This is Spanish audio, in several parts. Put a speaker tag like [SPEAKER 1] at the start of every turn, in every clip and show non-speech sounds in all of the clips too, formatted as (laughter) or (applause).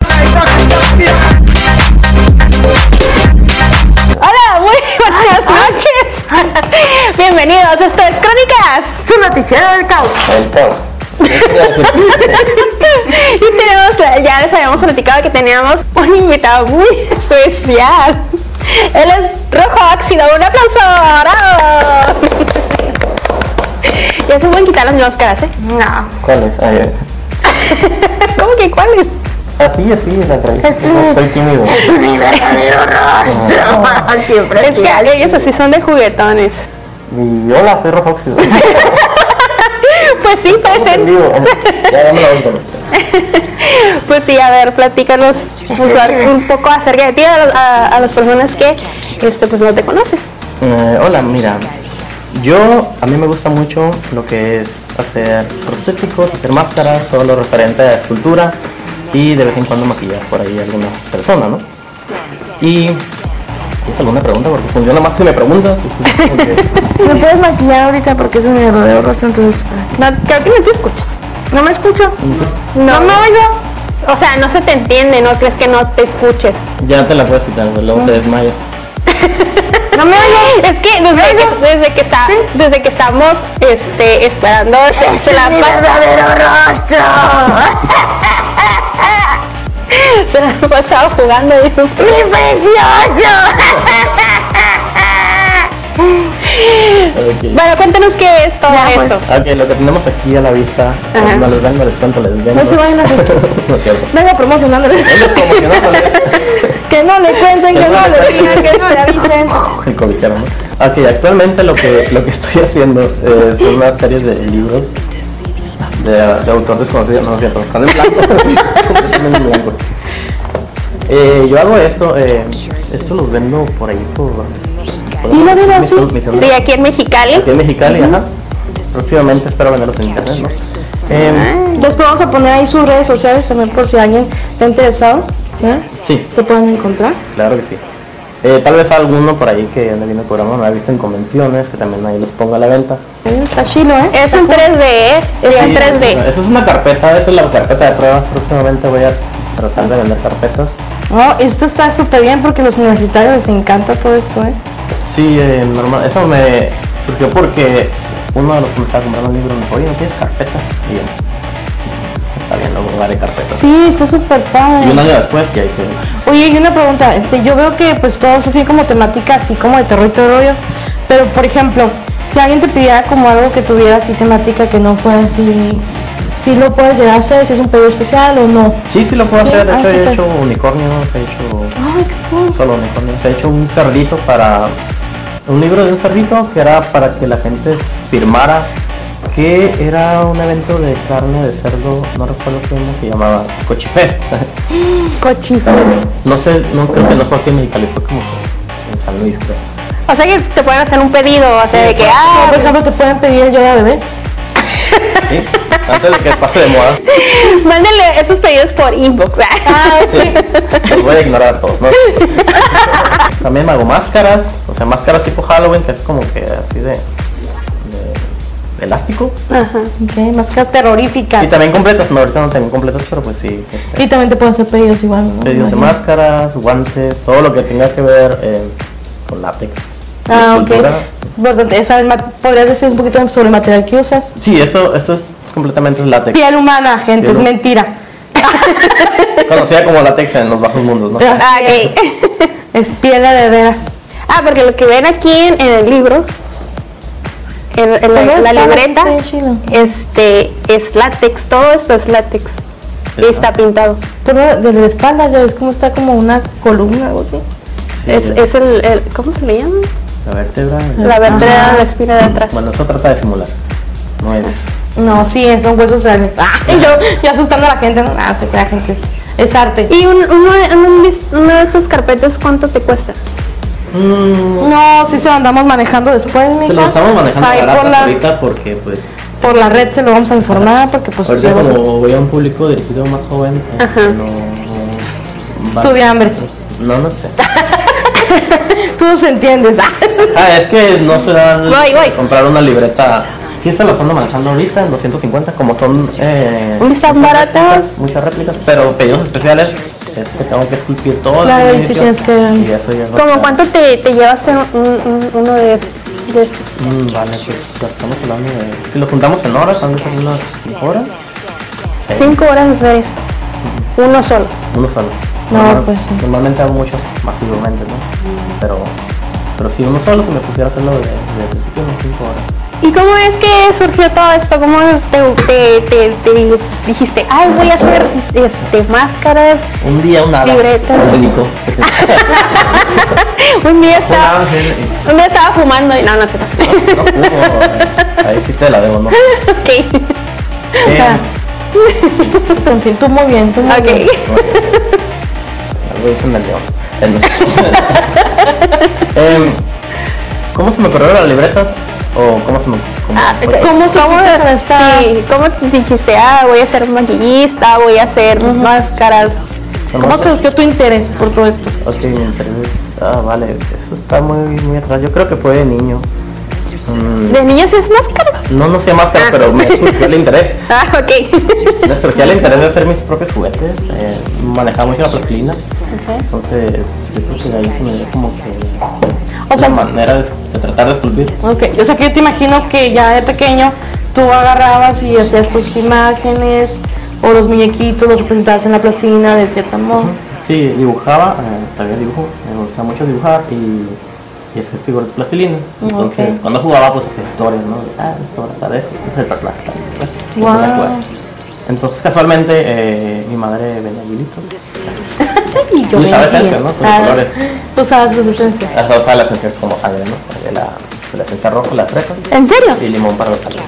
[SPEAKER 1] (laughs) Ciudad del Caos.
[SPEAKER 2] El caos.
[SPEAKER 1] (laughs) y tenemos, la- ya les habíamos platicado que teníamos un invitado muy especial. Él es Rojo Ácido. ¡Un aplauso! ¡Bravo! ya se pueden quitar las máscaras, ¿eh?
[SPEAKER 3] No,
[SPEAKER 2] ¿Cuál es? Ah, Ay, ay.
[SPEAKER 1] ¿Cómo que cuál es?
[SPEAKER 2] Así, así, la tradición. Soy tímido.
[SPEAKER 3] este es mi verdadero (laughs) rostro. Siempre
[SPEAKER 1] Es
[SPEAKER 3] te
[SPEAKER 1] que ellos así son de juguetones.
[SPEAKER 2] Y hola, soy Rojo Óxido.
[SPEAKER 1] Pues sí, puede ser. (laughs)
[SPEAKER 2] Ya, ya me la oigo.
[SPEAKER 1] Pues sí, a ver, platícanos Usual, un poco acerca de ti a, a- a las personas que este, pues no te conocen.
[SPEAKER 2] Eh, hola, mira. Yo, a mí me gusta mucho lo que es hacer prostéticos, hacer máscaras, todo lo referente a escultura y de vez en cuando maquillar por ahí a alguna persona, ¿no? Y... ¿Tienes alguna pregunta? Porque funciona más si me preguntas. pues, (laughs) es como que-
[SPEAKER 3] ¿Me puedes maquillar ahorita porque es mi verdadero rostro? Entonces,
[SPEAKER 1] No, creo que no te escuchas.
[SPEAKER 3] ¿no me escucho?
[SPEAKER 2] Entonces,
[SPEAKER 1] No, me oigo. O sea, no se te entiende, no crees que no te escuches.
[SPEAKER 2] ya te la puedes quitar, güey, luego te desmayas.
[SPEAKER 1] No me oigo. Es que desde, que, desde que está, desde que estamos este, esperando este,
[SPEAKER 3] ¡Este
[SPEAKER 1] se,
[SPEAKER 3] es
[SPEAKER 1] la
[SPEAKER 3] mi
[SPEAKER 1] pas-
[SPEAKER 3] verdadero (laughs) rostro!
[SPEAKER 1] (laughs) se la han pasado jugando y sus-
[SPEAKER 3] ¡Mi precioso!
[SPEAKER 2] Ok.
[SPEAKER 1] Bueno, cuéntanos qué es todo
[SPEAKER 3] Ya, pues.
[SPEAKER 1] esto.
[SPEAKER 2] Ok, lo que tenemos aquí a la vista,
[SPEAKER 1] Ajá.
[SPEAKER 2] no les vengo, les cuento, les vengo.
[SPEAKER 3] No se vayan a asustar.
[SPEAKER 2] (laughs) No es cierto.
[SPEAKER 3] Venga promocionándole.
[SPEAKER 2] Él es como que no
[SPEAKER 3] (laughs)
[SPEAKER 2] conoce
[SPEAKER 3] Que no le cuenten, que no le digan, que no le avisen.
[SPEAKER 2] el cobichero, ¿no? Ok, actualmente lo que, lo que estoy haciendo eh, son una serie de libros de, de autor desconocido, no es cierto, están en
[SPEAKER 3] (laughs)
[SPEAKER 2] blanco. Están en blanco. Eh, yo hago esto, eh, esto los vendo por ahí, por... por
[SPEAKER 3] Dilo, dilo,
[SPEAKER 2] mi-
[SPEAKER 3] sí.
[SPEAKER 2] mi- mi-
[SPEAKER 1] Sí, aquí en Mexicali.
[SPEAKER 2] Aquí en Mexicali, ajá. Próximamente espero venderlos en internet, ¿no? Em,
[SPEAKER 3] Después vamos a poner ahí sus redes sociales también por si alguien está interesado. ¿eh?
[SPEAKER 2] sí.
[SPEAKER 3] Te pueden encontrar.
[SPEAKER 2] Claro que sí. Eh, tal vez alguno por ahí que ande viendo el programa me ha visto en convenciones, que también ahí los ponga a la venta.
[SPEAKER 3] Está chilo, ¿eh?
[SPEAKER 1] Es en 3D, ¿eh? es en
[SPEAKER 2] Sí,
[SPEAKER 1] 3D.
[SPEAKER 2] Esa es una carpeta, esa es la carpeta de pruebas. Próximamente voy a tratar de vender carpetas.
[SPEAKER 3] Oh, esto está súper bien porque a los universitarios les encanta todo esto, ¿eh?
[SPEAKER 2] Sí, eh, normal. Eso me surgió porque uno de los que me estaba comprando un libro me dijo, oye, ¿no tienes carpetas? Y yo, está bien, luego daré carpetas.
[SPEAKER 3] Sí, está súper padre.
[SPEAKER 2] Y un año después, que ahí que...
[SPEAKER 3] Oye, y una pregunta, este, yo veo que pues todo eso tiene como temática así como de terror y todo el rollo, pero por ejemplo, si alguien te pidiera como algo que tuviera así temática que no fuera así, si lo puedes llegar a hacer, si es un pedido especial o no.
[SPEAKER 2] Sí, sí lo puedo
[SPEAKER 3] Sí,
[SPEAKER 2] hacer. De
[SPEAKER 3] ah,
[SPEAKER 2] hecho, he
[SPEAKER 3] súper.
[SPEAKER 2] hecho unicornios, he hecho
[SPEAKER 3] Ay, qué cool.
[SPEAKER 2] solo unicornio. Se ha hecho un cerdito para. Un libro de un cerdito que era para que la gente firmara. Que era un evento de carne de cerdo, no recuerdo cómo se llamaba, Cochifest.
[SPEAKER 1] Cochito.
[SPEAKER 2] No sé, no creo que no fue aquí en Mexicali, fue como que en San Luis, creo.
[SPEAKER 1] O sea que te pueden hacer un pedido, o sea, de que,
[SPEAKER 2] claro.
[SPEAKER 1] ah,
[SPEAKER 3] Por ejemplo, te pueden pedir el yoga bebé.
[SPEAKER 2] ¿Sí? Antes de que pase de moda,
[SPEAKER 1] pues, (laughs) Mándenle esos pedidos por inbox. (laughs)
[SPEAKER 2] Ah, los voy a ignorar a todos, ¿no? También hago máscaras, o sea, máscaras tipo Halloween, que es como que así de- de elástico.
[SPEAKER 3] Ok, máscaras terroríficas.
[SPEAKER 2] Y también completas, no, ahorita no tengo completas, pero pues sí. este,
[SPEAKER 4] Y también te pueden hacer pedidos igual. ¿no?
[SPEAKER 2] Pedidos de máscaras, guantes, todo lo que tenga que ver eh, con látex.
[SPEAKER 3] Ah, ok.
[SPEAKER 2] escultura.
[SPEAKER 3] Es importante, o sea, ma- podrías decir un poquito sobre el material que usas.
[SPEAKER 2] Sí, eso, eso es completamente látex.
[SPEAKER 3] Piel humana, gente,
[SPEAKER 2] Ah, Piel
[SPEAKER 3] es
[SPEAKER 2] humana.
[SPEAKER 3] mentira.
[SPEAKER 2] Conocida como látex en los bajos mundos, ¿no?
[SPEAKER 1] Ah,
[SPEAKER 3] Así es.
[SPEAKER 1] ok.
[SPEAKER 3] Es piel de veras.
[SPEAKER 1] (laughs) Ah, porque lo que ven aquí en, en el libro, en, en la, la libreta, este, es látex, todo esto es látex. Y está pintado.
[SPEAKER 3] Pero de la espalda ya ves cómo está como una columna o algo así.
[SPEAKER 1] Es, es el, el- ¿cómo se le llama?
[SPEAKER 2] La vértebra.
[SPEAKER 1] La vértebra de la espina de atrás.
[SPEAKER 2] Bueno, eso trata de simular. No es.
[SPEAKER 3] No, sí, son huesos reales. Ah, (laughs) y yo, yo asustando a la gente, no, nada, se crea gente, es, es arte.
[SPEAKER 1] Y un, uno, de- un lis- uno de esos carpetes, ¿cuánto te cuesta?
[SPEAKER 2] Mm,
[SPEAKER 3] No, sí se lo andamos manejando después, mija.
[SPEAKER 2] se lo estamos manejando
[SPEAKER 3] Ahí
[SPEAKER 2] barato
[SPEAKER 3] por la,
[SPEAKER 2] ahorita porque pues
[SPEAKER 3] por la red se lo vamos a informar porque pues
[SPEAKER 2] ahorita
[SPEAKER 3] luego
[SPEAKER 2] como voy a un público dirigido más joven, eh,
[SPEAKER 1] Ajá.
[SPEAKER 2] no, no-
[SPEAKER 3] Estudia hambres.
[SPEAKER 2] No, no sé.
[SPEAKER 3] se- tú nos entiendes. ah.
[SPEAKER 2] Ah, es que no se dan
[SPEAKER 1] Voy, voy.
[SPEAKER 2] comprar una libreta. Sí, esta la están manejando ahorita en 250, como son eh,
[SPEAKER 1] Uy, están
[SPEAKER 2] muchas
[SPEAKER 1] baratas.
[SPEAKER 2] réplicas- Muchas réplicas, pero pedidos especiales es que tengo que esculpir todo. el
[SPEAKER 3] Claro, y
[SPEAKER 2] edificio,
[SPEAKER 3] si tienes que-
[SPEAKER 2] y eso ya no
[SPEAKER 1] ¿Cómo
[SPEAKER 2] está.
[SPEAKER 1] cuánto te, te llevas en un- un- uno de esos? de-
[SPEAKER 2] Mm, vale, pues ya estamos hablando de... Si lo juntamos en horas, han de ser unas horas,
[SPEAKER 1] cinco horas hacer esto. Uno solo.
[SPEAKER 2] uno solo.
[SPEAKER 3] No, pues sí.
[SPEAKER 2] Normalmente hago mucho masivamente, ¿no? Pero, pero si uno solo, si me pusiera a hacerlo de, de principio, unas cinco horas.
[SPEAKER 1] ¿Y cómo es que surgió todo esto? ¿Cómo es- te, te- te- te dijiste, ay, voy a hacer este, máscaras?
[SPEAKER 2] Un día, una hora.
[SPEAKER 1] Libreta.
[SPEAKER 3] (laughs)
[SPEAKER 1] Un día estaba,
[SPEAKER 3] eh.
[SPEAKER 2] ángel.
[SPEAKER 1] un día estaba fumando y no, no te
[SPEAKER 3] (laughs)
[SPEAKER 2] No, no, ahí sí te la debo, ¿no?
[SPEAKER 1] Ok,
[SPEAKER 3] O sea, conti- tú muy bien, tú muy bien.
[SPEAKER 1] ok.
[SPEAKER 2] Algo dicen del león. Él
[SPEAKER 3] (laughs)
[SPEAKER 2] no sé. Em, ¿Cómo se me ocurrieron las libretas? ¿O cómo se me cómo
[SPEAKER 1] Ah,
[SPEAKER 2] fue?
[SPEAKER 3] ¿Cómo supiste hacer esta-
[SPEAKER 1] sí, ¿Cómo dijiste, ah, voy a ser maquillista, voy a hacer máscaras?
[SPEAKER 3] ¿Cómo surgió tu interés por todo esto?
[SPEAKER 2] Ok, mi interés. Ah, vale. Eso está muy, muy atrás. Yo creo que fue de niño. Mm,
[SPEAKER 1] ¿De niños es máscaras?
[SPEAKER 2] no, no sé máscara,
[SPEAKER 1] Ah.
[SPEAKER 2] pero me surgió el
[SPEAKER 3] (laughs)
[SPEAKER 2] interés.
[SPEAKER 1] Ah, ok.
[SPEAKER 2] Me surgió el interés de hacer mis propios juguetes. Eh, manejaba mucho la plastilina. Entonces, yo creo que de ahí se me dio como que...
[SPEAKER 3] O sea-
[SPEAKER 2] una manera de, de tratar de esculpir.
[SPEAKER 3] Ok, o sea que yo te imagino que ya de pequeño tú agarrabas y hacías tus imágenes o los muñequitos, los representabas en la plastilina de cierto modo.
[SPEAKER 2] Sí, dibujaba, eh, todavía dibujo, me gusta mucho dibujar y, y hacer figuras de plastilina. Entonces,
[SPEAKER 3] ok.
[SPEAKER 2] cuando jugaba, pues hacía historias, ¿no? De, ah, esto va a estar esto, este es el personaje. tal, tal, tal,
[SPEAKER 3] Guau.
[SPEAKER 2] tal, tal, tal. Entonces, casualmente, eh, mi madre vendía hilitos.
[SPEAKER 3] Y yo
[SPEAKER 2] Tú sabes
[SPEAKER 3] vendía.
[SPEAKER 2] eso, ¿no? Con
[SPEAKER 3] Ah,
[SPEAKER 2] colores.
[SPEAKER 3] Tú sabes los esencias.
[SPEAKER 2] Las dos las esencias como sangre, ¿no? De la, de la esencia roja, la fresa
[SPEAKER 1] ¿En serio? (laughs)
[SPEAKER 2] y limón para los sangre.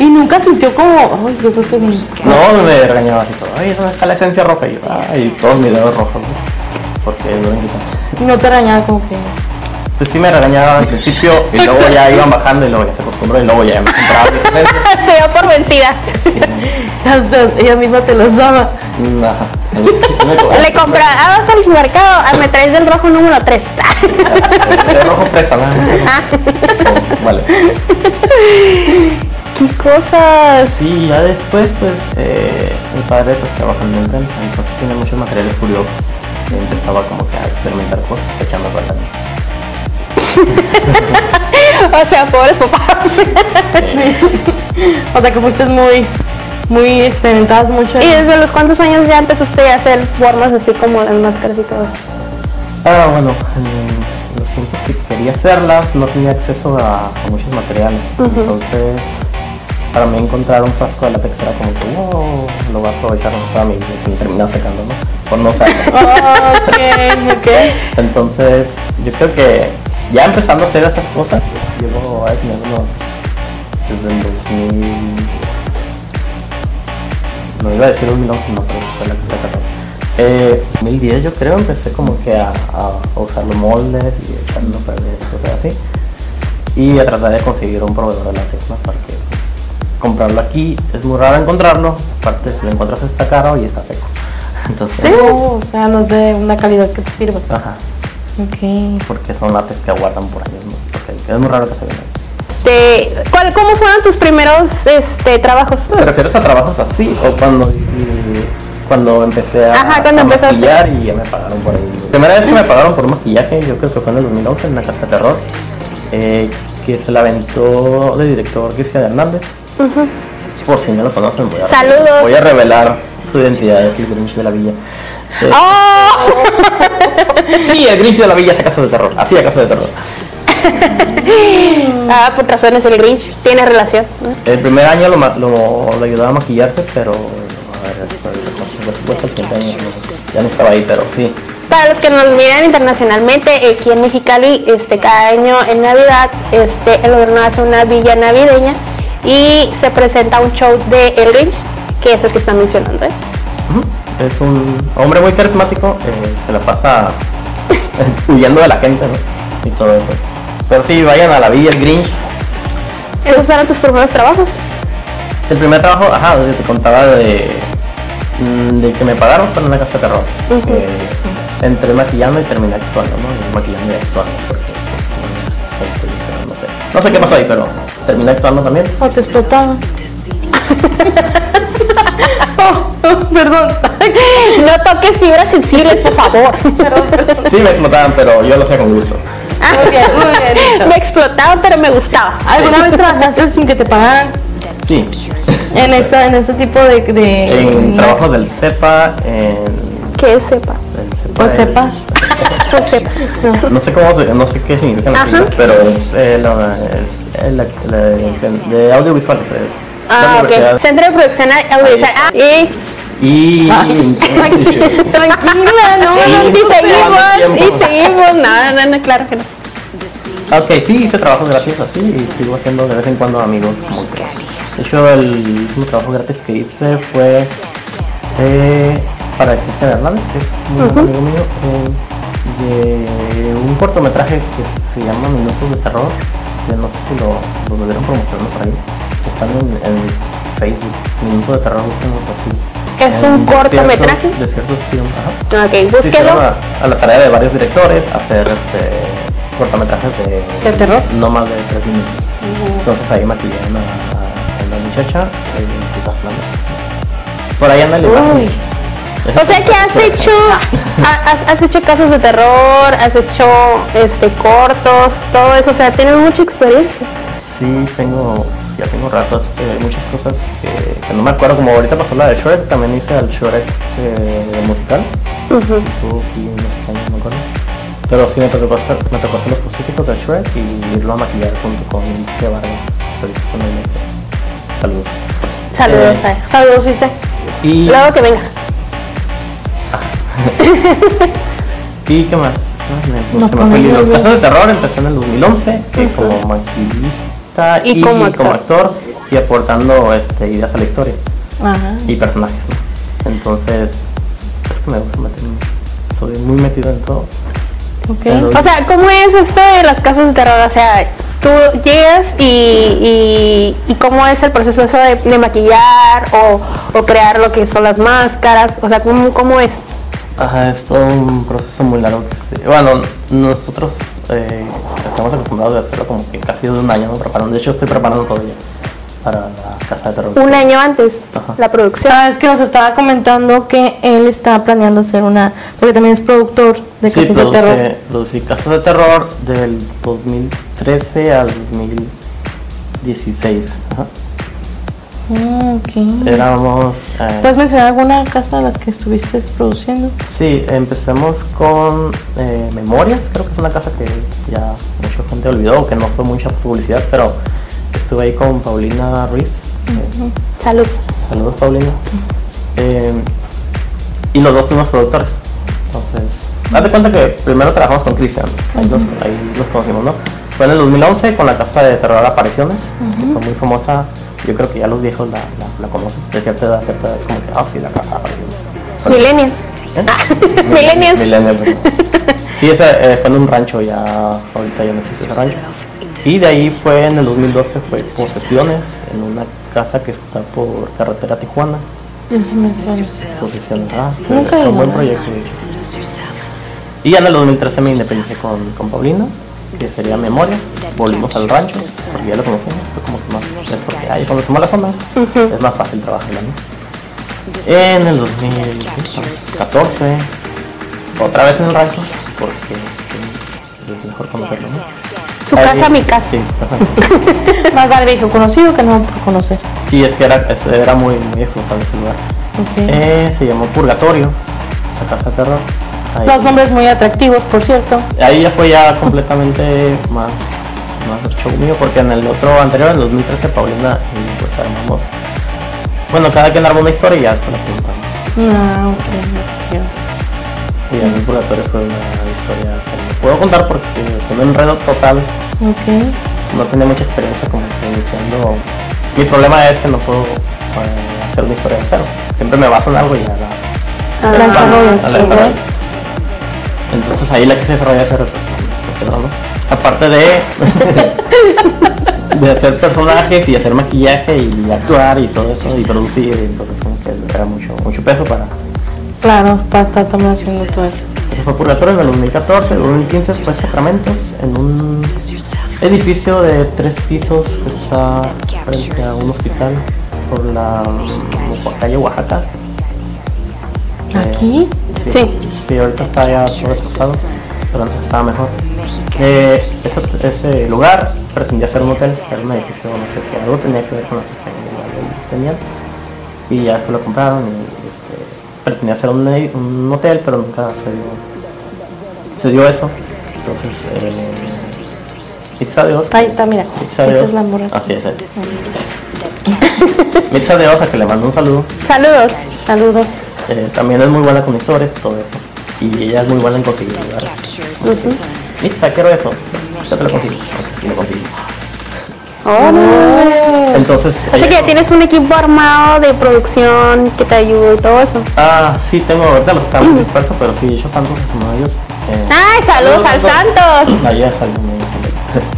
[SPEAKER 3] Y nunca sintió como, ay, yo creo que me...
[SPEAKER 2] No, me regañaba así todo. Oye, ¿dónde está la esencia roja? Y yo, ay, todos mis dedos rojos, ¿no? Porque es lo único.
[SPEAKER 3] No te arañaba como que...
[SPEAKER 2] Pues sí me regañaba al principio y luego ya iban bajando y luego ya se acostumbró y luego ya me compraba mis esencias.
[SPEAKER 1] Se dio por vencida.
[SPEAKER 3] Hasta ella misma te los daba.
[SPEAKER 2] Mm, ajá. Sí me cobraba.
[SPEAKER 1] (laughs) Le comprabas al mercado, ah, me traes del rojo número (laughs) 3.
[SPEAKER 2] De rojo fresa, nada más. Oh, Vale.
[SPEAKER 1] ¿Qué cosas?
[SPEAKER 2] Sí, ya después pues eh, mi padre pues trabajando en prensa, entonces tiene muchos materiales curiosos. Y empezaba como que a experimentar cosas, echando para adelante.
[SPEAKER 1] O sea, pobres papás.
[SPEAKER 3] O sea que fuiste muy, muy experimentadas mucho.
[SPEAKER 1] (laughs) ¿Y desde los cuántos años ya empezaste a hacer formas así como las máscaras y todo? eso?
[SPEAKER 2] Ah, bueno, en los tiempos que quería hacerlas no tenía acceso a, a muchos materiales. Entonces, para mí encontrar un frasco de la textura como que, wow, lo voy a aprovechar para mí, y se terminaba secando, ¿no? Por no usarlo.
[SPEAKER 3] Ok, ok.
[SPEAKER 2] Entonces, yo creo que ya empezando a hacer esas cosas, llevo a tener unos, desde el 2000, no iba a decir 2011, no, pero fue la que está acá. Eh, 2010 yo creo empecé como que a, a- a usar los moldes y echarlo para ver cosas así y a tratar de conseguir un proveedor de la misma para que pues, comprarlo aquí es muy raro encontrarlo aparte si lo encuentras está caro y está seco (laughs) entonces
[SPEAKER 3] Oh, o sea, no es de una calidad que te sirva.
[SPEAKER 2] ajá
[SPEAKER 3] Ok.
[SPEAKER 2] porque son lápices que aguardan por años, ¿no? Porque es muy raro que se vean.
[SPEAKER 1] Este, ¿cuál, ¿Cómo fueron tus primeros este, trabajos?
[SPEAKER 2] ¿Te refieres a trabajos así o cuando, y- cuando empecé a,
[SPEAKER 1] Ajá, cuando
[SPEAKER 2] a
[SPEAKER 1] empezaste.
[SPEAKER 2] maquillar y ya me pagaron por ahí? La primera vez que me pagaron por un maquillaje, yo creo que fue en el 2011 en la Casa Terror, eh, que se la aventó de director Cristian Hernández. Por si no lo conocen, voy a,
[SPEAKER 1] Saludos.
[SPEAKER 2] Voy a revelar su identidad, es el Grinch de la Villa. Eh,
[SPEAKER 1] ¡Oh!
[SPEAKER 2] Sí, el Grinch de la Villa es a Casa de Terror, así a Casa de Terror.
[SPEAKER 1] Ah, por razones el Grinch tiene relación. ¿no?
[SPEAKER 2] El primer año lo, ma- lo, lo ayudaba a maquillarse, pero a ver, pues, por el por supuesto, el siguiente año no- pues, ya no estaba ahí, pero sí.
[SPEAKER 1] Para los que nos miran internacionalmente, aquí en Mexicali, este, cada año en Navidad, este, el gobierno hace una villa navideña y se presenta un show de El Grinch, que es el que está mencionando. ¿eh?
[SPEAKER 2] Ujú. Es un hombre muy carismático, eh, se la pasa (laughs) huyendo de la gente, ¿no? Y todo eso. Pero sí, vayan a la Villa el Grinch.
[SPEAKER 1] ¿Esos eran tus primeros trabajos?
[SPEAKER 2] El primer trabajo, ajá, donde te contaba de, mm, de que me pagaron fue en una casa de terror. Eh, entré maquillando y terminé actuando, ¿no? Maquillando y actuando, porque pues, este, no sé. No sé qué pasó ahí, pero terminé actuando también.
[SPEAKER 3] O te explotaba. (laughs) Oh, perdón.
[SPEAKER 1] No toques fibras sensibles, por favor.
[SPEAKER 2] (laughs) Sí, me explotaban, pero yo lo hacía con gusto.
[SPEAKER 3] Muy bien, muy bien. listo.
[SPEAKER 1] me explotaba, pero me gustaba.
[SPEAKER 3] ¿Alguna vez trabajaste sin que te pagaran
[SPEAKER 2] Sí,
[SPEAKER 3] en, esa, en ese tipo de... de-
[SPEAKER 2] en trabajos del CEPA, en...
[SPEAKER 1] Que sepa.
[SPEAKER 2] el CEPA
[SPEAKER 3] Pues
[SPEAKER 2] es-
[SPEAKER 3] sepa.
[SPEAKER 1] Que sepa.
[SPEAKER 2] No sé cómo, se- no sé qué significan las
[SPEAKER 1] Ajá.
[SPEAKER 2] siglas, pero es, eh, la, es, eh, la, la- de audiovisual. es la
[SPEAKER 1] Ah, ok.
[SPEAKER 2] universidad.
[SPEAKER 1] Centro de Producción Audiovisual. Ah, y
[SPEAKER 2] Y...
[SPEAKER 1] Ah, (laughs)
[SPEAKER 3] Tranquila, no,
[SPEAKER 1] Y
[SPEAKER 3] no,
[SPEAKER 1] si
[SPEAKER 3] sí,
[SPEAKER 1] seguimos, y seguimos, no, no, no, claro que no.
[SPEAKER 2] Ah, Ok, sí, hice trabajos gratis así y sigo haciendo de vez en cuando amigos. como que. De hecho, el último trabajo gratis que hice fue eh, para Cristian Hernández, que es un amigo mío, eh, de un cortometraje que se llama Minutos de Terror, que no sé si lo, lo debieron promocionar por ahí. Están en, en Facebook, Minutos de Terror, busquenlo así.
[SPEAKER 1] ¿Es un
[SPEAKER 2] En desiertos-
[SPEAKER 1] cortometraje?
[SPEAKER 2] desiertos, sí, ajá.
[SPEAKER 1] Ok,
[SPEAKER 2] Sí, se
[SPEAKER 1] búsquelo.
[SPEAKER 2] llama a la tarea de varios directores hacer este, cortometrajes de,
[SPEAKER 3] ¿De terror?
[SPEAKER 2] no más de tres minutos. Entonces ahí maquillé a una, a una muchacha eh, que está hablando. Por ahí anda el
[SPEAKER 3] Uy,
[SPEAKER 1] O sea que has hecho,
[SPEAKER 2] (laughs)
[SPEAKER 1] ha- has, has hecho casos de terror, has hecho este cortos, todo eso, o sea, tienes mucha experiencia.
[SPEAKER 2] Sí, tengo, ya tengo ratos, eh, muchas cosas que, que no me acuerdo, como ahorita pasó la de Shrek, también hice el Shrek eh, musical, estuvo aquí unos años, no me acuerdo. Pero sí me tocó hacer, me tocó hacer los específicos de Shrek y irlo a maquillar junto con Alicia Vargas, precisamente. Saludos.
[SPEAKER 1] Saludos
[SPEAKER 2] Eh.
[SPEAKER 1] a eso.
[SPEAKER 3] saludos, Fice.
[SPEAKER 2] Y,
[SPEAKER 1] Luego que venga.
[SPEAKER 2] ¿Y qué más? No, me-
[SPEAKER 4] Nos
[SPEAKER 2] se me fue el hilo.
[SPEAKER 4] ponemos bien.
[SPEAKER 2] Casos de terror empezó en el 2011, que como maquillista
[SPEAKER 1] Y
[SPEAKER 2] y,
[SPEAKER 1] como
[SPEAKER 2] como,
[SPEAKER 1] actor.
[SPEAKER 2] actor y aportando este, ideas a la historia.
[SPEAKER 3] Ajá.
[SPEAKER 2] y personajes. ¿no? Entonces, es que me gusta meterme. Soy muy metido en todo.
[SPEAKER 3] Ok.
[SPEAKER 1] O sea, ¿cómo es esto de las casas de terror? O sea, tú llegas y, y, y cómo es el proceso eso de, de maquillar o, o crear lo que son las máscaras, o sea, ¿cómo, cómo es?
[SPEAKER 2] Ajá, es todo un proceso muy largo. que se- Bueno, nosotros eh, estamos acostumbrados a hacerlo como que casi de un año ¿no? preparando. De hecho, estoy preparando todo ya para la casa de terror.
[SPEAKER 1] Un año antes,
[SPEAKER 2] Ajá.
[SPEAKER 1] la producción.
[SPEAKER 3] Ah, es que nos estaba comentando que él está planeando hacer una, porque también es productor de
[SPEAKER 2] Sí,
[SPEAKER 3] casas de
[SPEAKER 2] produce-
[SPEAKER 3] terror.
[SPEAKER 2] producí Casas de Terror del 2013 al 2016. Ajá.
[SPEAKER 3] Mm, ok.
[SPEAKER 2] Éramos... eh,
[SPEAKER 3] ¿Puedes mencionar alguna casa de las que estuviste produciendo?
[SPEAKER 2] Sí, empecemos con eh, Memorias, creo que es una casa que ya mucha gente olvidó, que no fue mucha publicidad, pero estuve ahí con Paulina Ruiz. eh,
[SPEAKER 1] Salud.
[SPEAKER 2] saludos Paulina. Eh, y los dos fuimos productores. Entonces, date cuenta que primero trabajamos con Cristian, ahí, nos, ahí nos conocimos, ¿no? Fue en el 2011 con la casa de terror Apariciones, que fue muy famosa, yo creo que ya los viejos la, la- la conocen, de cierta edad, cierta edad, como que, ah, sí, la casa de Apariciones.
[SPEAKER 1] Millennials. Ah,
[SPEAKER 2] ¿Eh?
[SPEAKER 1] (laughs) Millennials.
[SPEAKER 2] Millennials. Sí, ese eh, fue en un rancho ya, ahorita ya no existe ese rancho. Y de ahí fue en el 2012, fue Posesiones, en una casa que está por carretera Tijuana.
[SPEAKER 3] Eso me suena.
[SPEAKER 2] Posesiones, ah,
[SPEAKER 3] Nunca
[SPEAKER 2] fue
[SPEAKER 3] he ido.
[SPEAKER 2] un buen proyecto. de hecho. Y ya en el 2013 me independicé con, con Paulina, que sería Memoria. Volvimos al rancho, porque ya lo conocemos, fue como que más, es porque ahí conocemos la zona, es más fácil trabajarla, ¿no? En el 2014, otra vez en el rancho, porque eh, es mejor conocerlo, ¿no?
[SPEAKER 1] Su
[SPEAKER 2] Ahí-
[SPEAKER 1] casa, mi casa.
[SPEAKER 2] Sí, su casa, mi casa. (laughs)
[SPEAKER 3] Más vale viejo conocido que no por conocer.
[SPEAKER 2] Sí, es que era, es- era muy, muy explotado ese lugar.
[SPEAKER 3] Ok.
[SPEAKER 2] Eh, se llamó Purgatorio, esa casa de terror. Ahí-
[SPEAKER 3] Los nombres muy atractivos, por cierto.
[SPEAKER 2] ahí ya fue ya completamente más, más show mío porque en el otro anterior, en el 2013, Paulina y pues armamos. Bueno, cada quien armó una historia y ya se la contamos.
[SPEAKER 3] Ah, ok. ya sé.
[SPEAKER 2] Y en el purgatorio fue una historia que no puedo contar porque fue un enredo total.
[SPEAKER 3] Ok.
[SPEAKER 2] No tenía mucha experiencia como que iniciando. Mi problema es que no puedo eh, hacer una historia de cero. Siempre me baso en algo y ya la,
[SPEAKER 1] Ah,
[SPEAKER 3] La
[SPEAKER 2] Ah,
[SPEAKER 3] desarrollas,
[SPEAKER 2] a la
[SPEAKER 3] ¿verdad?
[SPEAKER 2] desarrollo. Entonces ahí la quise desarrollar pero, pues, pero no. Aparte de, (laughs) de hacer personajes y hacer maquillaje y actuar y todo eso y producir, entonces como que era mucho, mucho peso para.
[SPEAKER 3] Claro, para estar también haciendo todo eso.
[SPEAKER 2] Eso fue Purgatorio en el 2014, el 2015 fue Sacramentos en un edificio de tres pisos que está frente a un hospital por la por calle Oaxaca.
[SPEAKER 3] ¿Aquí?
[SPEAKER 2] Eh, Sí, sí, ahorita está ya todo destrozado, pero antes estaba mejor. Eh, ese, ese lugar pretendía ser un hotel, era un edificio, no sé si algo tenía que ver con las que tenían. Y ya después lo compraron y este, pretendía ser un, edi- un hotel, pero nunca se dio, se dio eso. Entonces, eh, Pizza de Oz.
[SPEAKER 3] Ahí está, mira.
[SPEAKER 2] Pizza de
[SPEAKER 3] Esa
[SPEAKER 2] Oz.
[SPEAKER 3] es la morra.
[SPEAKER 2] Así es. eh.
[SPEAKER 3] (laughs)
[SPEAKER 2] Pizza de Oz, a que le mando un saludo.
[SPEAKER 1] Saludos.
[SPEAKER 3] Saludos.
[SPEAKER 2] Eh, también es muy buena con historias y todo eso. Y ella es muy buena en conseguir lugares. Pizza, quiero eso. Ya te lo consigo. Y lo conseguí.
[SPEAKER 1] Oh,
[SPEAKER 2] Entonces. eh,
[SPEAKER 1] Así
[SPEAKER 2] ella-
[SPEAKER 1] que ya tienes un equipo armado de producción que te ayuda y todo eso.
[SPEAKER 2] Ah, sí, tengo. Ahorita los estamos dispersos, pero sí, yo salgo con uno de ellos. Eh,
[SPEAKER 1] ¡Ay, saludos al Santos!
[SPEAKER 2] Ayer salgo con ellos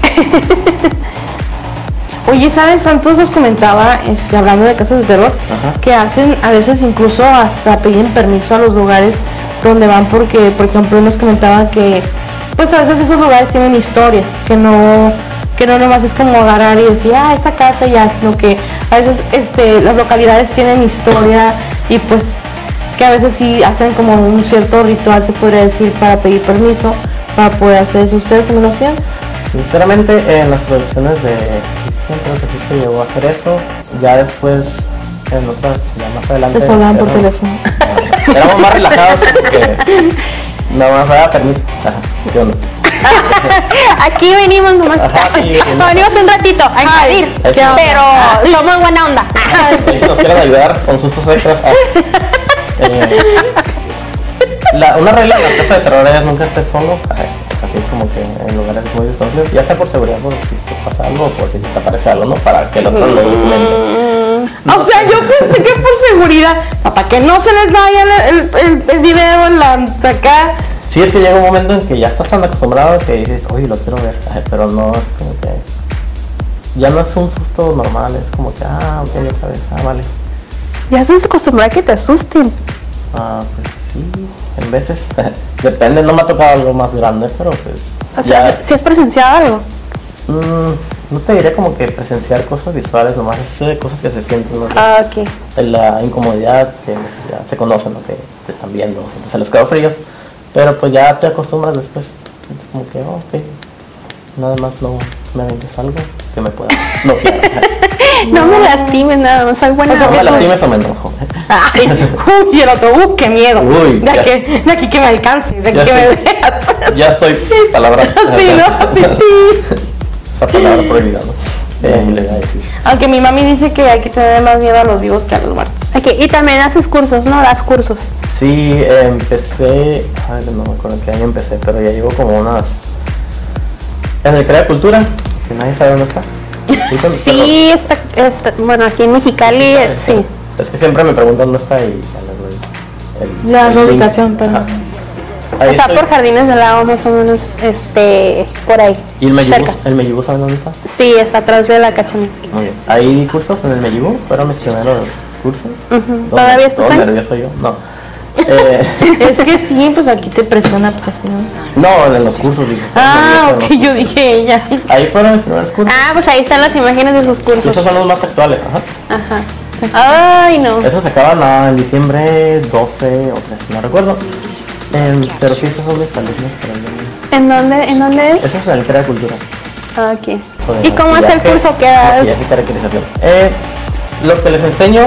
[SPEAKER 2] también.
[SPEAKER 3] Oye, ¿sabes? Santos nos comentaba, este, hablando de casas de terror,
[SPEAKER 2] Ajá.
[SPEAKER 3] que hacen a veces incluso hasta piden permiso a los lugares donde van porque, por ejemplo, nos comentaba que pues a veces esos lugares tienen historias, que no que no nomás es como agarrar y decir, ah, esta casa ya, sino que a veces este, las localidades tienen historia y pues que a veces sí hacen como un cierto ritual, se podría decir, para pedir permiso, para poder hacer eso. ¿Ustedes también lo hacían?
[SPEAKER 2] (laughs) Sinceramente, en las producciones de Cristian, creo que sí se llegó a hacer eso. Ya después, en otras, ya más adelante.
[SPEAKER 4] Les hablaban por
[SPEAKER 2] éramos-
[SPEAKER 4] teléfono.
[SPEAKER 2] Éramos
[SPEAKER 1] (laughs)
[SPEAKER 2] más relajados porque. Nada más daba permiso. Ajá, yo no.
[SPEAKER 1] (laughs) Aquí venimos nomás.
[SPEAKER 2] Ajá, sí, venimos.
[SPEAKER 1] venimos un ratito a invadir,
[SPEAKER 2] ¿qué onda?
[SPEAKER 1] pero somos buena onda.
[SPEAKER 2] Y si nos quieren ayudar con sustos extras. ah, eh, la- una regla de la casa de terror es nunca estés solo. ah, Así como que en lugares muy desconocidos. Ya sea por seguridad, por si te pasa algo, o por si te aparece algo, ¿no? Para que el otro lo documente.
[SPEAKER 3] O sea, yo pensé que por seguridad, para que no se les vaya el, el- el- el video en la acá.
[SPEAKER 2] Sí, es que llega un momento en que ya estás tan acostumbrado que dices, oye, lo quiero ver. ay, pero no es como que. Ya no es un susto normal, es como que, ah, ok, otra vez, ah, vale.
[SPEAKER 1] (laughs) Ya se acostumbrar que te asusten.
[SPEAKER 2] Ah, pues sí, en veces. (laughs) Depende, no me ha tocado algo más grande, pero pues.
[SPEAKER 1] O sea,
[SPEAKER 2] ya-
[SPEAKER 1] si has presenciado algo.
[SPEAKER 2] Mm, no te diré como que presenciar cosas visuales, nomás es eh, cosas que se sienten, no sé,
[SPEAKER 1] Ah, ok.
[SPEAKER 2] la incomodidad que ya se conocen, ¿no? que te están viendo, o sea, se les quedó fríos, pero pues ya te acostumbras después, es como que, oh, ok, nada más no me vendes algo que me pueda (laughs)
[SPEAKER 3] (laughs)
[SPEAKER 2] bloquear.
[SPEAKER 1] No me lastimes nada más, soy buena
[SPEAKER 3] O sea,
[SPEAKER 2] No
[SPEAKER 1] onda.
[SPEAKER 2] me
[SPEAKER 3] que tú-
[SPEAKER 2] lastimes o me enojo.
[SPEAKER 3] Ay, uy, y el otro, uy, qué miedo.
[SPEAKER 2] Uy,
[SPEAKER 3] de,
[SPEAKER 2] ya.
[SPEAKER 3] aquí, de aquí que me alcance, de aquí
[SPEAKER 2] Ya
[SPEAKER 3] que me
[SPEAKER 2] sé.
[SPEAKER 3] veas.
[SPEAKER 2] (laughs)
[SPEAKER 3] (laughs)
[SPEAKER 2] Ya estoy palabra.
[SPEAKER 3] Así, ¿no?
[SPEAKER 2] (laughs)
[SPEAKER 3] Así, ti.
[SPEAKER 2] Esa palabra prohibida,
[SPEAKER 3] (laughs)
[SPEAKER 2] ¿no? Eh, le voy a decir.
[SPEAKER 3] Aunque mi mami dice que hay que tener más miedo a los vivos que a los muertos.
[SPEAKER 1] Ok, y también haces cursos, ¿no? Das cursos.
[SPEAKER 2] Sí, eh, empecé, ay, no me acuerdo en qué año empecé, pero ya llevo como unas... En el Crea Cultura, que nadie sabe dónde
[SPEAKER 1] (laughs)
[SPEAKER 2] está. Dicen,
[SPEAKER 1] Sí, está, está- bueno, aquí en Mexicali,
[SPEAKER 2] pero- eh,
[SPEAKER 1] sí.
[SPEAKER 2] Es que siempre me preguntan dónde está y ya les doy el-
[SPEAKER 3] La
[SPEAKER 2] el link.
[SPEAKER 3] ubicación, perdón.
[SPEAKER 2] Ajá. Ahí
[SPEAKER 1] Está
[SPEAKER 2] estoy.
[SPEAKER 1] por Jardines del Lago, más o menos, este, por ahí.
[SPEAKER 2] ¿Y el Mellibú?
[SPEAKER 1] cerca.
[SPEAKER 2] ¿El Mellibú saben dónde está?
[SPEAKER 1] Sí, está atrás de la cachanilla.
[SPEAKER 2] Muy bien. Ahí di cursos en el Mellibú, fueron mis primeros cursos. ¿Dónde-
[SPEAKER 1] ¿Todavía estás
[SPEAKER 2] todo
[SPEAKER 1] ahí?
[SPEAKER 2] nervioso yo, no. Eh, (laughs)
[SPEAKER 3] Es que sí, pues aquí te presiona, pues así, ¿no?
[SPEAKER 2] no, en los cursos dije.
[SPEAKER 3] Ah,
[SPEAKER 2] nervioso,
[SPEAKER 3] ok, yo dije ella.
[SPEAKER 2] ¿no? Ahí fueron mis primeros cursos.
[SPEAKER 1] Ah, pues ahí están las imágenes de sus cursos.
[SPEAKER 2] Esos son los más actuales, ajá.
[SPEAKER 1] Ajá. Ay, no.
[SPEAKER 2] Eso se acaba nada en diciembre 12 o 13, no recuerdo. Em, pero sí, esos son mis alumnos. pero yo-
[SPEAKER 1] ¿En dónde, en dónde es?
[SPEAKER 2] Eso es en el Crea Cultura.
[SPEAKER 1] Ah, Ok.
[SPEAKER 2] Joder,
[SPEAKER 1] ¿Y cómo es el
[SPEAKER 2] maquillaje,
[SPEAKER 1] curso que das?
[SPEAKER 2] maquillaje y caracterización. Eh, lo que les enseño,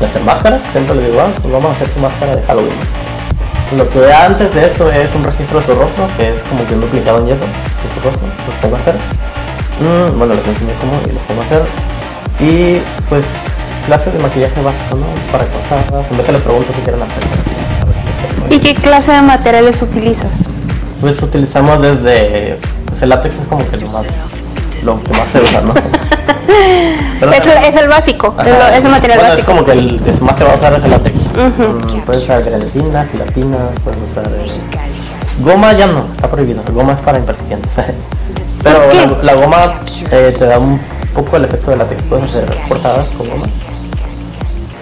[SPEAKER 2] de hacer máscaras, siempre les digo, ah, pues vamos a hacer tu máscara de Halloween. Lo que da antes de esto es un registro de su rostro, que es como que un duplicado en yeso de su rostro, los pongo a hacer. Mm, bueno, les enseño cómo y los pongo a hacer. Y pues clases de maquillaje básico, ¿no? Para cosas, en vez de les pregunto si quieren hacer. a ver qué quieren.
[SPEAKER 1] ¿Y qué clase de materiales utilizas?
[SPEAKER 2] Pues utilizamos desde. Pues el látex es como que lo más. Lo que más se usa, ¿no? Pero
[SPEAKER 1] Es, el- es el básico, es, lo-
[SPEAKER 2] Ajá.
[SPEAKER 1] es el material
[SPEAKER 2] Bueno,
[SPEAKER 1] básico.
[SPEAKER 2] Es como que el que más se va a usar es el látex. Mm, puedes usar gelatina, gelatina, puedes usar. eh, Goma ya no, está prohibido. Goma es para
[SPEAKER 1] (laughs)
[SPEAKER 2] impercipientes. Pero
[SPEAKER 1] ¿Por qué?
[SPEAKER 2] la, la goma eh, te da un poco el efecto del látex. Puedes hacer portadas con goma.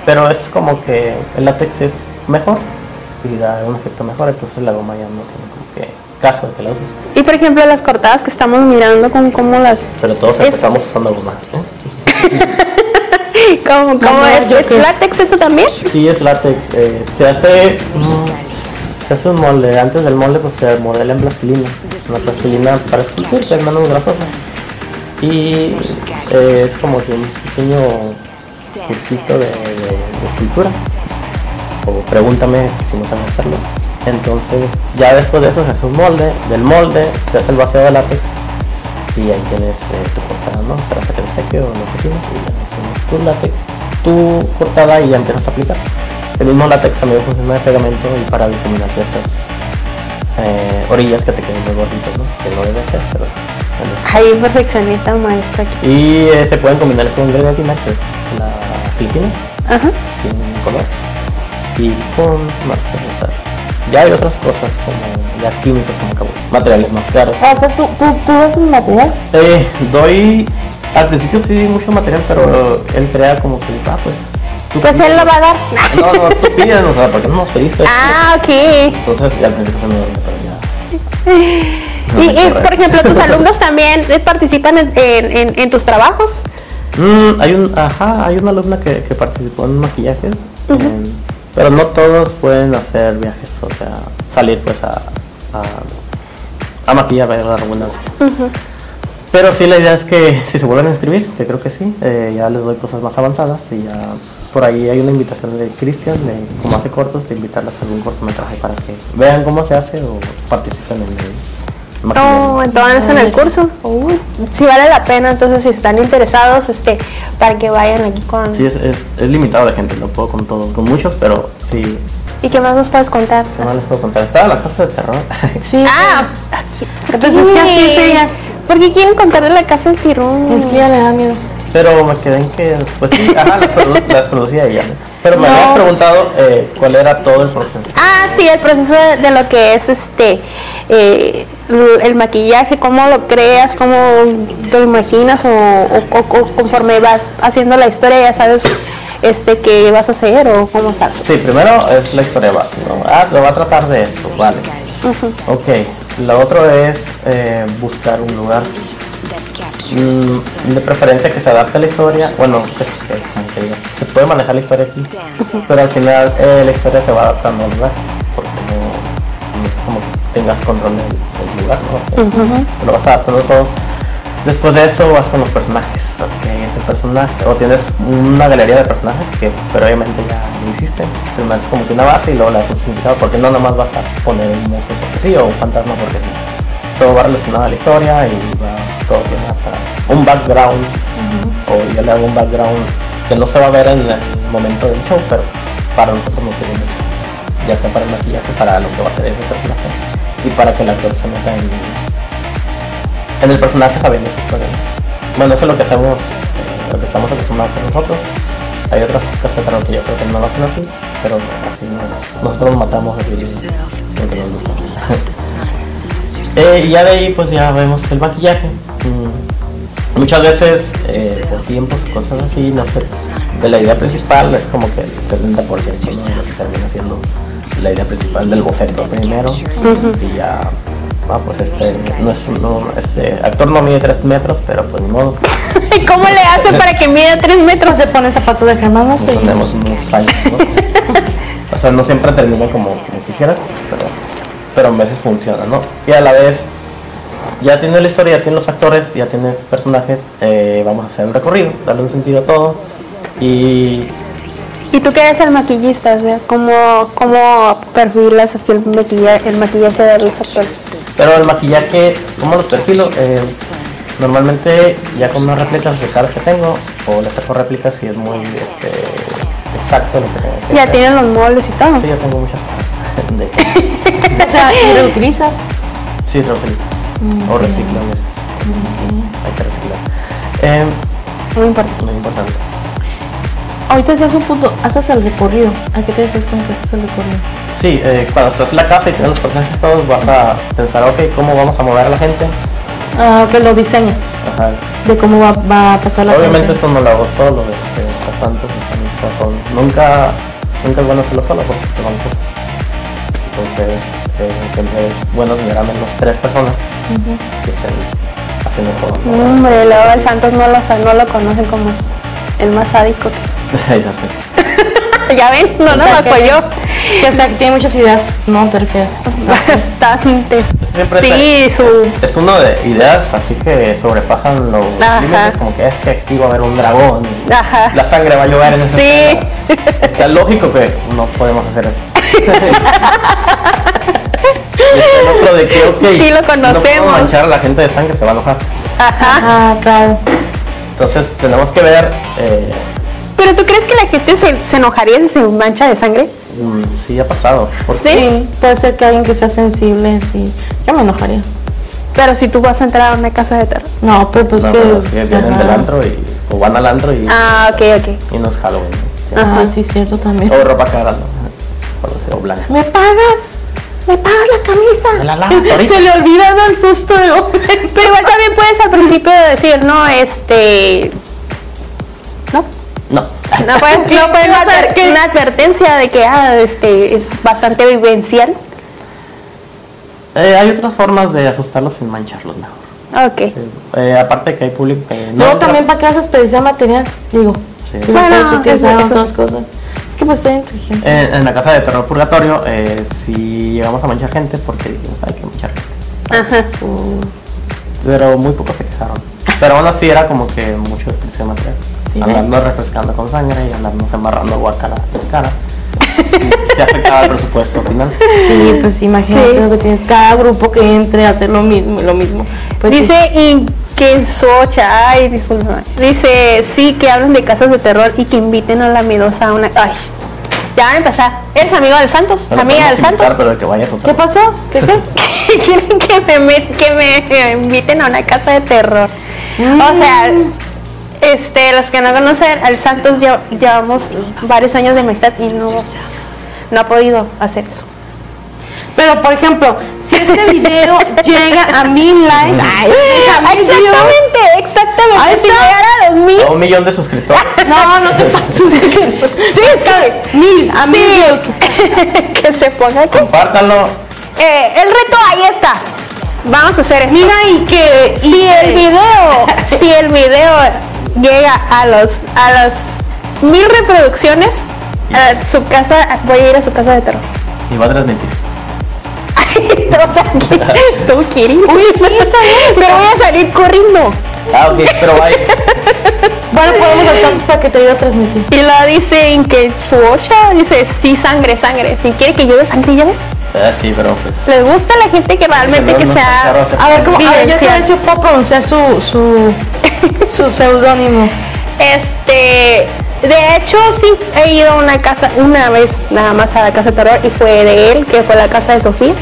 [SPEAKER 2] Pero es como que el látex es mejor y da un efecto mejor, entonces la goma ya no tiene como que caso de que la uses.
[SPEAKER 1] Y por ejemplo, las cortadas que estamos mirando, con cómo las.
[SPEAKER 2] Pero todos
[SPEAKER 1] es- (laughs)
[SPEAKER 2] empezamos usando goma. ¿eh?
[SPEAKER 1] ¿Cómo, cómo
[SPEAKER 3] no,
[SPEAKER 1] es?
[SPEAKER 3] yo
[SPEAKER 1] ¿Es
[SPEAKER 3] creo-
[SPEAKER 1] látex eso también?
[SPEAKER 2] Sí, es látex. eh, se hace. mm, se hace un molde. Antes del molde pues se modela en plastilina. La plastilina para esculpir, es menos grasosa. Y eh, es como que un pequeño cursito de, de- de escultura. O pregúntame si no sabes hacerlo. Entonces ya después de eso se hace un molde. Del molde se hace el vaciado de látex. Y ahí tienes eh, tu cortada, ¿no? Para sacar el seque o lo que tienes. Y ya tienes tu látex, tu cortada y ya empiezas a aplicar. El mismo látex también funciona de pegamento y para difuminar ciertas eh, orillas que te queden muy gorditas, ¿no? Que no debe ser, pero bueno,
[SPEAKER 1] Ay, perfeccionista maestra aquí.
[SPEAKER 2] y eh, se pueden combinar con grenatina, que es la filipina,
[SPEAKER 1] Ajá.
[SPEAKER 2] sin color. Y con más cosas. Ya hay otras cosas como ya químicos, como cabo- materiales más caros.
[SPEAKER 3] O sea, ¿tú, tú, tú das el material?
[SPEAKER 2] Eh, doy al principio sí mucho material, pero él crea como que, ah, pues. tú
[SPEAKER 1] Pues él lo va a
[SPEAKER 2] (laughs)
[SPEAKER 1] dar.
[SPEAKER 2] No, no, tú pides, o sea, porque no nos pediste.
[SPEAKER 1] Ah, ok.
[SPEAKER 2] Entonces ya al principio se me duele, pero ya. No,
[SPEAKER 1] Y, y,
[SPEAKER 2] es correcto.
[SPEAKER 1] por ejemplo,
[SPEAKER 2] (laughs)
[SPEAKER 1] tus alumnos también eh, participan en, en- en- en tus trabajos.
[SPEAKER 2] Mm, hay un, ajá, hay una alumna que, que participó en maquillajes, em, pero no todos pueden hacer viajes, o sea, salir pues a, a, a maquillar, a algunas. Pero sí, la idea es que si se vuelven a inscribir, que creo que sí, eh, ya les doy cosas más avanzadas y ya por ahí hay una invitación de Cristian, de cómo hace cortos, de invitarlas a algún cortometraje para que vean cómo se hace o participen en el maquillaje.
[SPEAKER 1] No, entonces en el curso. si vale la pena, entonces si están interesados, este, para que vayan aquí con.
[SPEAKER 2] Sí, es, es, es limitado de gente, no puedo con todos, con muchos, pero sí,
[SPEAKER 1] ¿Y qué más nos puedes contar?
[SPEAKER 2] Yo No les puedo contar. Estaba en la casa de terror. (laughs)
[SPEAKER 3] Sí.
[SPEAKER 1] Ah,
[SPEAKER 3] Pues es que así es ella.
[SPEAKER 1] ¿Por qué quieren contarle la casa del tirón?
[SPEAKER 3] Es que ella le da miedo.
[SPEAKER 2] Pero me quedé en que, pues sí, ajá, las, produ- las producía ella. ¿no? Pero me habían preguntado eh, cuál era todo el proceso.
[SPEAKER 1] Ah, sí, el proceso de, de lo que es este eh, l- el maquillaje, cómo lo creas, cómo te lo imaginas o, o- o- o conforme vas haciendo la historia ya sabes este qué vas a hacer o cómo estás.
[SPEAKER 2] Sí, primero es la historia base. ¿no? Ah, lo va a tratar de esto, vale. Ok, lo otro es eh, buscar un lugar. mm, de preferencia que se adapte a la historia. Bueno, que, que- como que diga, se puede manejar la historia aquí. Pero al final eh, la historia se va adaptando al lugar. Porque no, no es como que tengas control del, del lugar, ¿no? O sea, Lo vas adaptando todo. Después de eso vas con los personajes. Ok, este personaje. O tienes una galería de personajes que pero obviamente ya lo hiciste. Primero es como que una base y luego la das un significado. Porque no nomás vas a poner un monstruo porque sí o un fantasma porque sí. Todo va relacionado a la historia y va todo bien hasta un background. O yo le hago un background que no se va a ver en el momento del show, pero para nosotros no tiene ya sea para el maquillaje, para lo que va a hacer ese personaje y para que el actor se meta en, en el personaje sabiendo su historia. ¿no? Bueno, eso es lo que hacemos, eh, lo que estamos acostumbrados a hacer nosotros. Hay otras cosas de tarot que yo creo que no lo hacen así, pero así no. Nosotros nos matamos de vivir lo que nos gusta. (laughs) Eh, y ya de ahí pues ya vemos el maquillaje. Mm, Muchas veces eh, por tiempos y cosas así, no sé, de la idea principal es como que el 70% ¿no? de lo que termina siendo la idea principal del boceto primero. Y ya, ah, pues este, nuestro, no, este actor no mide 3 metros, pero pues ni modo,
[SPEAKER 1] ¿Y (laughs) cómo le hace para que mida tres metros?
[SPEAKER 3] Entonces se pone zapatos de Germán, no
[SPEAKER 2] nos
[SPEAKER 3] sé.
[SPEAKER 2] ponemos unos años, ¿no? O sea, no siempre termina como, como quisieras, pero, pero en veces funciona, ¿no? Y a la vez ya tienes la historia, ya tienes los actores, ya tienes personajes, eh, vamos a hacer un recorrido, darle un sentido a todo. Y
[SPEAKER 1] ¿Y tú que eres el maquillista? O sea, ¿cómo, cómo perfilas así el maquillaje, el maquillaje de los actores?
[SPEAKER 2] pero el maquillaje, como los perfilo, Eh, normalmente ya con unas réplicas de caras que tengo, o les saco réplicas si es muy este, exacto lo que tengo que
[SPEAKER 1] Ya
[SPEAKER 2] hacer.
[SPEAKER 1] tienen los moldes y todo.
[SPEAKER 2] Sí, yo tengo muchas caras. De,
[SPEAKER 3] O sea, y reutilizas.
[SPEAKER 2] sí, réplicas. O reciclo a veces. Hay que reciclar. Eh,
[SPEAKER 1] Muy importante.
[SPEAKER 2] muy importante.
[SPEAKER 3] Ahorita haces un punto, haces el recorrido. ¿A qué te refieres con que haces el recorrido?
[SPEAKER 2] Sí, eh, cuando estás en la casa y tienes los personajes todos, vas a pensar, ok, ¿cómo vamos a mover a la gente?
[SPEAKER 3] Ah, que lo diseñas,
[SPEAKER 2] Ajá.
[SPEAKER 3] de cómo va, va a pasar la
[SPEAKER 2] Obviamente
[SPEAKER 3] gente.
[SPEAKER 2] esto no lo hago solo, este, los santos están son- Nunca, nunca es bueno hacerlo solo porque te van cosas. Entonces, eh, siempre es bueno tener al menos tres personas que estén haciendo todo. ¿no?
[SPEAKER 1] Hombre, luego el Santos no lo, sa- no lo conocen como el más sádico. que- (laughs)
[SPEAKER 2] (laughs) ya sé.
[SPEAKER 1] ya ven, no, no,
[SPEAKER 3] sea,
[SPEAKER 1] no,
[SPEAKER 3] que
[SPEAKER 1] soy
[SPEAKER 3] ven.
[SPEAKER 2] (laughs)
[SPEAKER 1] yo.
[SPEAKER 3] Que, o sea, que tiene muchas ideas, ¿no? Te refieres.
[SPEAKER 1] Bastante.
[SPEAKER 2] Siempre
[SPEAKER 1] Sí,
[SPEAKER 2] te-
[SPEAKER 1] su.
[SPEAKER 2] Es uno de ideas así que sobrepasan los
[SPEAKER 1] Ajá.
[SPEAKER 2] límites, como que es que aquí va a haber un dragón, y
[SPEAKER 1] Ajá.
[SPEAKER 2] la sangre va a llover en esa
[SPEAKER 1] Sí.
[SPEAKER 2] escena. Está lógico que no podemos hacer eso.
[SPEAKER 1] (laughs)
[SPEAKER 2] y está el otro de que, ok,
[SPEAKER 1] Sí, lo
[SPEAKER 2] no
[SPEAKER 1] conocemos.
[SPEAKER 2] podemos manchar a la gente de sangre, se va a enojar.
[SPEAKER 1] (laughs) Ajá.
[SPEAKER 3] Ah, claro.
[SPEAKER 2] Entonces tenemos que ver, eh,
[SPEAKER 1] ¿Pero tú crees que la gente se, se enojaría si se mancha de sangre?
[SPEAKER 2] mm, si ha pasado. porque
[SPEAKER 1] Sí.
[SPEAKER 3] Puede ser que alguien que sea sensible, sí. Yo me enojaría.
[SPEAKER 1] Pero si tú vas a entrar a una casa de terror.
[SPEAKER 3] No, pero pues
[SPEAKER 2] no,
[SPEAKER 3] que.
[SPEAKER 2] pero sí vienen
[SPEAKER 3] ajá.
[SPEAKER 2] del antro y, o van al antro y,
[SPEAKER 1] Ah, ok, ok.
[SPEAKER 2] y nos Halloween. ¿sí?
[SPEAKER 3] Ah, sí, cierto también.
[SPEAKER 2] O ropa cara, ¿no? O- O blanca.
[SPEAKER 3] ¿Me pagas? ¿Me pagas la camisa?
[SPEAKER 2] La lava, ahorita.
[SPEAKER 3] (laughs) Se le olvidaba el susto del hombre.
[SPEAKER 1] Pero igual también puedes al principio decir, no, este. No.
[SPEAKER 2] No.
[SPEAKER 1] No puedes, (laughs) no puedes hacer una advertencia de que ah, este, es bastante vivencial.
[SPEAKER 2] Eh, hay otras formas de asustarlos sin mancharlos mejor.
[SPEAKER 1] Ok.
[SPEAKER 2] Eh, aparte que hay público que no
[SPEAKER 3] Luego
[SPEAKER 2] entra.
[SPEAKER 3] también para que vas a desperdiciar material, digo.
[SPEAKER 2] Sí.
[SPEAKER 3] Si
[SPEAKER 1] Bueno,
[SPEAKER 3] lo puedes utilizar en
[SPEAKER 1] eso-
[SPEAKER 3] otras cosas. Es que pues soy inteligente.
[SPEAKER 2] Eh, en la casa de terror purgatorio, eh, si llegamos a manchar gente, porque dijimos, hay que manchar gente.
[SPEAKER 1] Ajá.
[SPEAKER 2] Eh. Pero muy pocos se quejaron. Pero aún así era como que mucho desperdicio de material.
[SPEAKER 3] Sí,
[SPEAKER 2] andarnos refrescando con sangre y andarnos embarrando guacala en cara. Y se afectaba el presupuesto al final.
[SPEAKER 3] Sí, pues imagínate
[SPEAKER 1] Sí.
[SPEAKER 3] lo que tienes. Cada grupo que entre a hacer lo mismo y lo mismo. Pues sí.
[SPEAKER 1] Dice y que Socha, ay, disculpa. Dice, sí, que hablan de casas de terror y que inviten a la miedosa a una. Ay, ya van a empezar. ¿Eres amigo del Santos?
[SPEAKER 2] No lo
[SPEAKER 1] ¿Amiga
[SPEAKER 2] podemos
[SPEAKER 1] del Santos?
[SPEAKER 2] invitar, pero que vaya a
[SPEAKER 3] ¿Qué pasó? ¿Qué qué?
[SPEAKER 1] (laughs) quieren que me, met- que me inviten a una casa de terror. O
[SPEAKER 3] Mm.
[SPEAKER 1] sea, este, los que no conocen, al Santos lle- llevamos varios años de amistad y no, no ha podido hacer eso.
[SPEAKER 3] (laughs) Pero por ejemplo, si este video (laughs) llega a mil likes, ¡Eh,
[SPEAKER 1] (laughs)
[SPEAKER 3] ay, a mil views.
[SPEAKER 1] Exactamente, exactamente.
[SPEAKER 3] Ahí
[SPEAKER 1] si
[SPEAKER 3] está.
[SPEAKER 1] llegara a los mil,
[SPEAKER 2] A un millón de suscriptores.
[SPEAKER 3] No, no te pases.
[SPEAKER 1] sí, sí,
[SPEAKER 3] Mil, a mil views.
[SPEAKER 1] (laughs) que se ponga aquí.
[SPEAKER 2] Compártanlo.
[SPEAKER 1] Eh, el reto ahí está. Vamos a hacer esto.
[SPEAKER 3] Mira y que. Y
[SPEAKER 1] si el
[SPEAKER 3] que-
[SPEAKER 1] video, si el video llega a los a las mil reproducciones, a su casa, voy a ir a su casa de terror.
[SPEAKER 2] Y va a transmitir.
[SPEAKER 1] Ay, todos aquí, tú Kiri.
[SPEAKER 3] Uy, sí, está bien.
[SPEAKER 1] Me voy a salir corriendo.
[SPEAKER 2] Ah, ok, pero vaya.
[SPEAKER 3] Bueno, podemos alzarnos para que te ayude a transmitir.
[SPEAKER 1] Y la dice en que su ocha dice sí sangre, sangre. Si quiere que lleve sangre, lleves.
[SPEAKER 2] Ah, sí, pero pues.
[SPEAKER 1] Les gusta a la gente que realmente
[SPEAKER 2] no,
[SPEAKER 1] que
[SPEAKER 2] no,
[SPEAKER 1] sea.
[SPEAKER 2] claro, claro.
[SPEAKER 3] A ver, ¿cómo? A ver, yo
[SPEAKER 1] Vivencial.
[SPEAKER 3] quiero ver si puedo pronunciar su, (laughs) su, su seudónimo.
[SPEAKER 1] Este, de hecho, sí he ido a una casa, una vez nada más a la casa de terror y fue de él, que fue la casa de Sofía.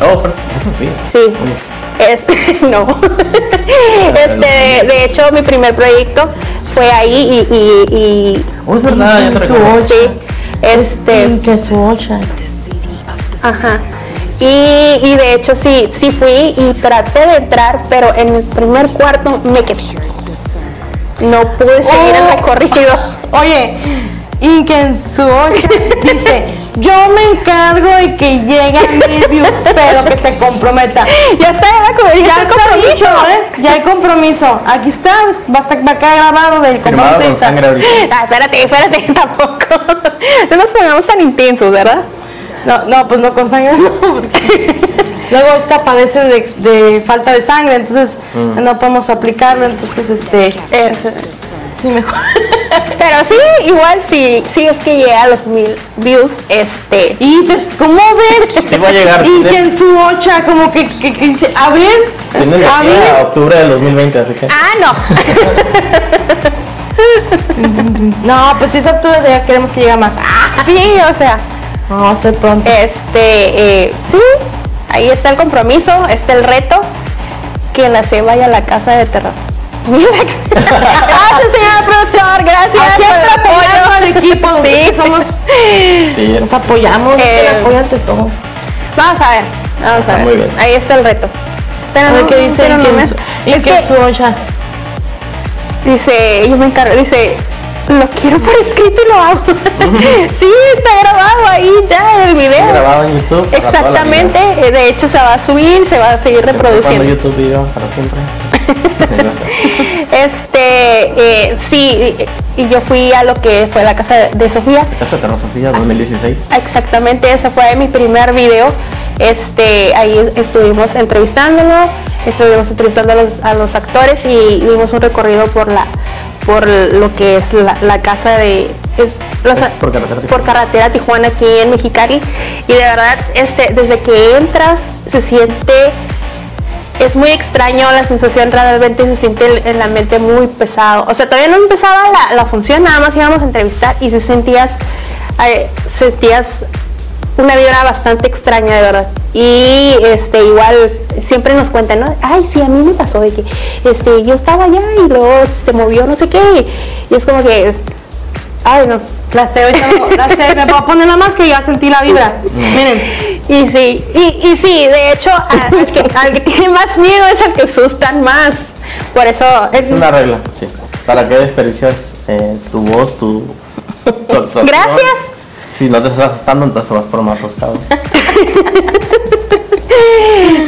[SPEAKER 2] Oh, pero eso sí.
[SPEAKER 1] Sí. Este, (laughs)
[SPEAKER 3] (laughs)
[SPEAKER 1] no. Este, de, de hecho, mi primer proyecto fue ahí y, y, y-
[SPEAKER 2] Oh, es verdad, ya te
[SPEAKER 3] Su
[SPEAKER 2] recuerdo.
[SPEAKER 3] ocho.
[SPEAKER 1] sí, este,
[SPEAKER 3] Y que su ocha.
[SPEAKER 1] ajá. Y, y de hecho sí, sí fui y traté de entrar, pero en el primer cuarto me quedé. No pude seguir el
[SPEAKER 3] Oh.
[SPEAKER 1] recorrido. (laughs)
[SPEAKER 3] Oye, y que en su ocha dice, yo me encargo de que llegue a mil views, pero que se comprometa.
[SPEAKER 1] Ya está, era como
[SPEAKER 3] Ya
[SPEAKER 1] ya
[SPEAKER 3] está dicho, ¿eh? Ya hay compromiso. Aquí está, va a estar va a quedar grabado del
[SPEAKER 2] Firmado con
[SPEAKER 3] compromisista.
[SPEAKER 2] sangre ahorita.
[SPEAKER 1] (laughs) Ah, espérate, espérate, (laughs) tampoco. No nos pongamos tan intensos, ¿verdad?
[SPEAKER 3] No, no, pues no con sangre, (laughs) no, porque luego esta padece de, de falta de sangre, entonces
[SPEAKER 2] Mm.
[SPEAKER 3] no podemos aplicarlo, entonces este,
[SPEAKER 1] Eh,
[SPEAKER 3] sí mejor.
[SPEAKER 1] pero sí, igual si sí, es que llega a los mil views, este.
[SPEAKER 3] Y des- ¿cómo ves?
[SPEAKER 2] Sí va a llegar.
[SPEAKER 3] Y
[SPEAKER 2] Tiene-
[SPEAKER 3] que en su ocha como que, que, que dice, a ver,
[SPEAKER 2] Tiene de
[SPEAKER 3] a
[SPEAKER 2] aquí a
[SPEAKER 3] ver.
[SPEAKER 2] octubre del 2020, así que.
[SPEAKER 1] Ah, no. (laughs)
[SPEAKER 3] No, pues si es octubre ya queremos que llegue más. Ah,
[SPEAKER 1] Sí, o sea,
[SPEAKER 3] no, va a ser pronto.
[SPEAKER 1] este, eh, sí, ahí está el compromiso, está el reto. Que la se vaya a la casa de terror. (laughs) Mil likes. Gracias, señor productor, gracias.
[SPEAKER 3] Siempre
[SPEAKER 1] por el apoyo.
[SPEAKER 3] apoyando al equipo, es
[SPEAKER 1] (laughs)
[SPEAKER 3] que
[SPEAKER 1] Sí.
[SPEAKER 3] somos,
[SPEAKER 2] Sí,
[SPEAKER 3] nos apoyamos,
[SPEAKER 1] Eh,
[SPEAKER 3] el apoyo ante todo.
[SPEAKER 1] Vamos a ver, vamos a
[SPEAKER 2] Ah,
[SPEAKER 1] ver.
[SPEAKER 2] muy bien.
[SPEAKER 1] Ahí está el reto. Pero
[SPEAKER 3] A ver
[SPEAKER 1] no,
[SPEAKER 3] qué dice
[SPEAKER 1] pero
[SPEAKER 3] y
[SPEAKER 1] no
[SPEAKER 3] que en
[SPEAKER 1] me-
[SPEAKER 3] su-
[SPEAKER 1] es
[SPEAKER 3] y que
[SPEAKER 1] que-
[SPEAKER 3] en su ocha.
[SPEAKER 1] Dice, yo me encargo, dice, lo quiero por escrito y lo hago. (laughs) sí, está grabado ahí ya el video.
[SPEAKER 2] grabado en YouTube. para toda la vida.
[SPEAKER 1] Exactamente, eh, de hecho se va a subir, se va a seguir
[SPEAKER 2] Siempre Cuando
[SPEAKER 1] reproduciendo. (laughs)
[SPEAKER 2] YouTube viva para siempre.
[SPEAKER 1] Este, eh, sí, eh, y yo fui a lo que fue la casa de Sofía.
[SPEAKER 2] Casa de Terror Sofía 2016.
[SPEAKER 1] Exactamente, ese fue mi primer video. Este, ahí estuvimos entrevistándolo, estuvimos entrevistando a los, a los actores y dimos un recorrido por la por lo que es la, la casa de es- los-
[SPEAKER 2] Es por carretera Tijuana.
[SPEAKER 1] por carretera Tijuana aquí en Mexicali y de verdad este desde que entras se siente es muy extraño, la sensación realmente se siente el- el ambiente muy pesado. O sea, todavía no empezaba la, la función, nada más íbamos a entrevistar y se sentías, eh, sentías una vibra bastante extraña, de verdad. Y este, igual siempre nos cuentan, ¿no? Ay, sí, a mí me pasó de que este, yo estaba allá y luego se movió no sé qué. Y es como que, ay, no,
[SPEAKER 3] La sé, ahorita me- la sé, me voy a poner la más que ya sentí la vibra. Miren,
[SPEAKER 1] Y sí, y, y sí, de hecho, a- al que, al que tiene más miedo es al que asustan más. Por eso, es-
[SPEAKER 2] Es una regla, sí. Para que desperdicias eh, tu voz, tu, tu actuación.
[SPEAKER 1] Gracias.
[SPEAKER 2] Si no te estás asustando, entonces vas por más asustado.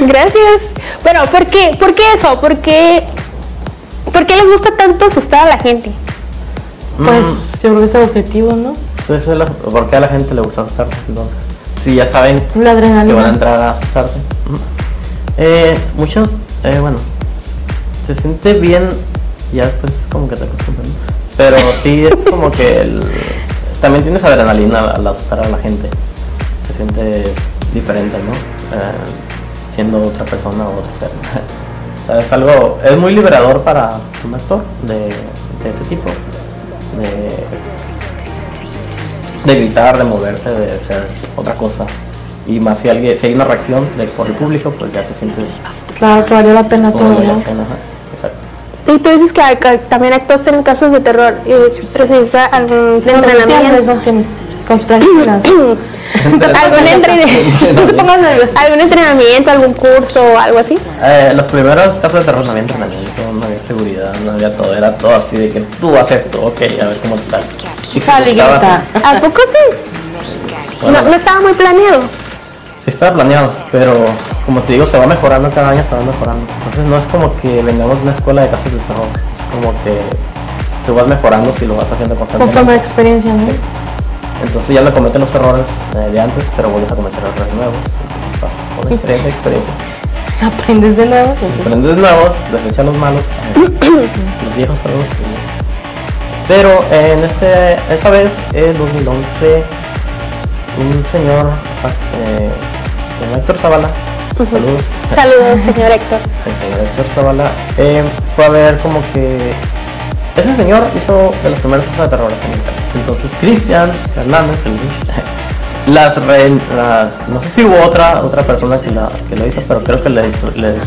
[SPEAKER 1] gracias. Bueno, ¿por qué, ¿por qué eso? ¿Por qué, ¿Por qué les gusta tanto asustar a la gente?
[SPEAKER 3] pues yo creo que es el objetivo, ¿no?
[SPEAKER 2] Eso es lo- porque a la gente le gusta asustarse. Entonces, si ya saben
[SPEAKER 4] La
[SPEAKER 2] que van a
[SPEAKER 4] adrenalina.
[SPEAKER 2] entrar a asustarse. Ujú. Eh, muchos, eh, bueno, se siente bien, ya después como que te acostumbras, ¿no? Pero sí es como que el- también tienes adrenalina al- al asustar a la gente. Se siente diferente, ¿no? Eh, siendo otra persona o otro ser. (laughs) O sea, es algo, es muy liberador para un actor de, de ese tipo. De de gritar, de moverse, de hacer otra cosa. Y más si alguien, si hay una reacción de, por el público, pues ya se siente
[SPEAKER 3] Claro que valió la pena
[SPEAKER 2] como
[SPEAKER 3] todo,
[SPEAKER 2] la
[SPEAKER 3] ¿no?
[SPEAKER 2] pena. ajá, exacto.
[SPEAKER 1] Y tú dices que, que también actuaste en casos de terror. ¿Y ¿Recibiste algún entrenamiento?
[SPEAKER 3] No tienes, con tranquilas.
[SPEAKER 1] ¿Algún, (laughs)
[SPEAKER 2] Sí,
[SPEAKER 1] entrenamiento?
[SPEAKER 2] no,
[SPEAKER 3] No te pongas nerviosa.
[SPEAKER 1] ¿Algún entrenamiento, algún curso o algo así?
[SPEAKER 2] Eh, los primeros casos de terror no había entrenamiento, no había seguridad, no había todo, era todo así de que tú haces esto, ok, a ver cómo te sale. Y si
[SPEAKER 3] Sale y
[SPEAKER 2] gustaba,
[SPEAKER 3] grita.
[SPEAKER 1] ¿A poco sí? No, no estaba muy planeado.
[SPEAKER 2] sí Estaba planeado, pero como te digo, se va mejorando cada año, se va mejorando. Entonces no es como que vengamos de una escuela de casos de terror, es como que tú vas mejorando si lo vas haciendo constantemente.
[SPEAKER 4] Conforme a la experiencia, ¿no?
[SPEAKER 2] Entonces ya no cometen los errores eh, de antes, pero vuelves a cometer errores nuevos. Entonces, vas Con experiencia, experiencia.
[SPEAKER 3] (laughs) Aprendes de nuevo.
[SPEAKER 2] Aprendes nuevos, desechas los malos, eh, los viejos, perdón. Pero eh, en este, esa vez, en 2011, un señor, eh, el actor Zavala, saludos,
[SPEAKER 1] Saludos, señor Héctor.
[SPEAKER 2] el señor Héctor Zavala, eh, fue a ver como que ese señor hizo de los primeros cosas de terror aquí en Mexicali. Entonces Cristian Hernández, el Luis, (laughs) las re- las- no sé si hubo otra otra persona que, la, que lo hizo, pero creo que le hizo- le-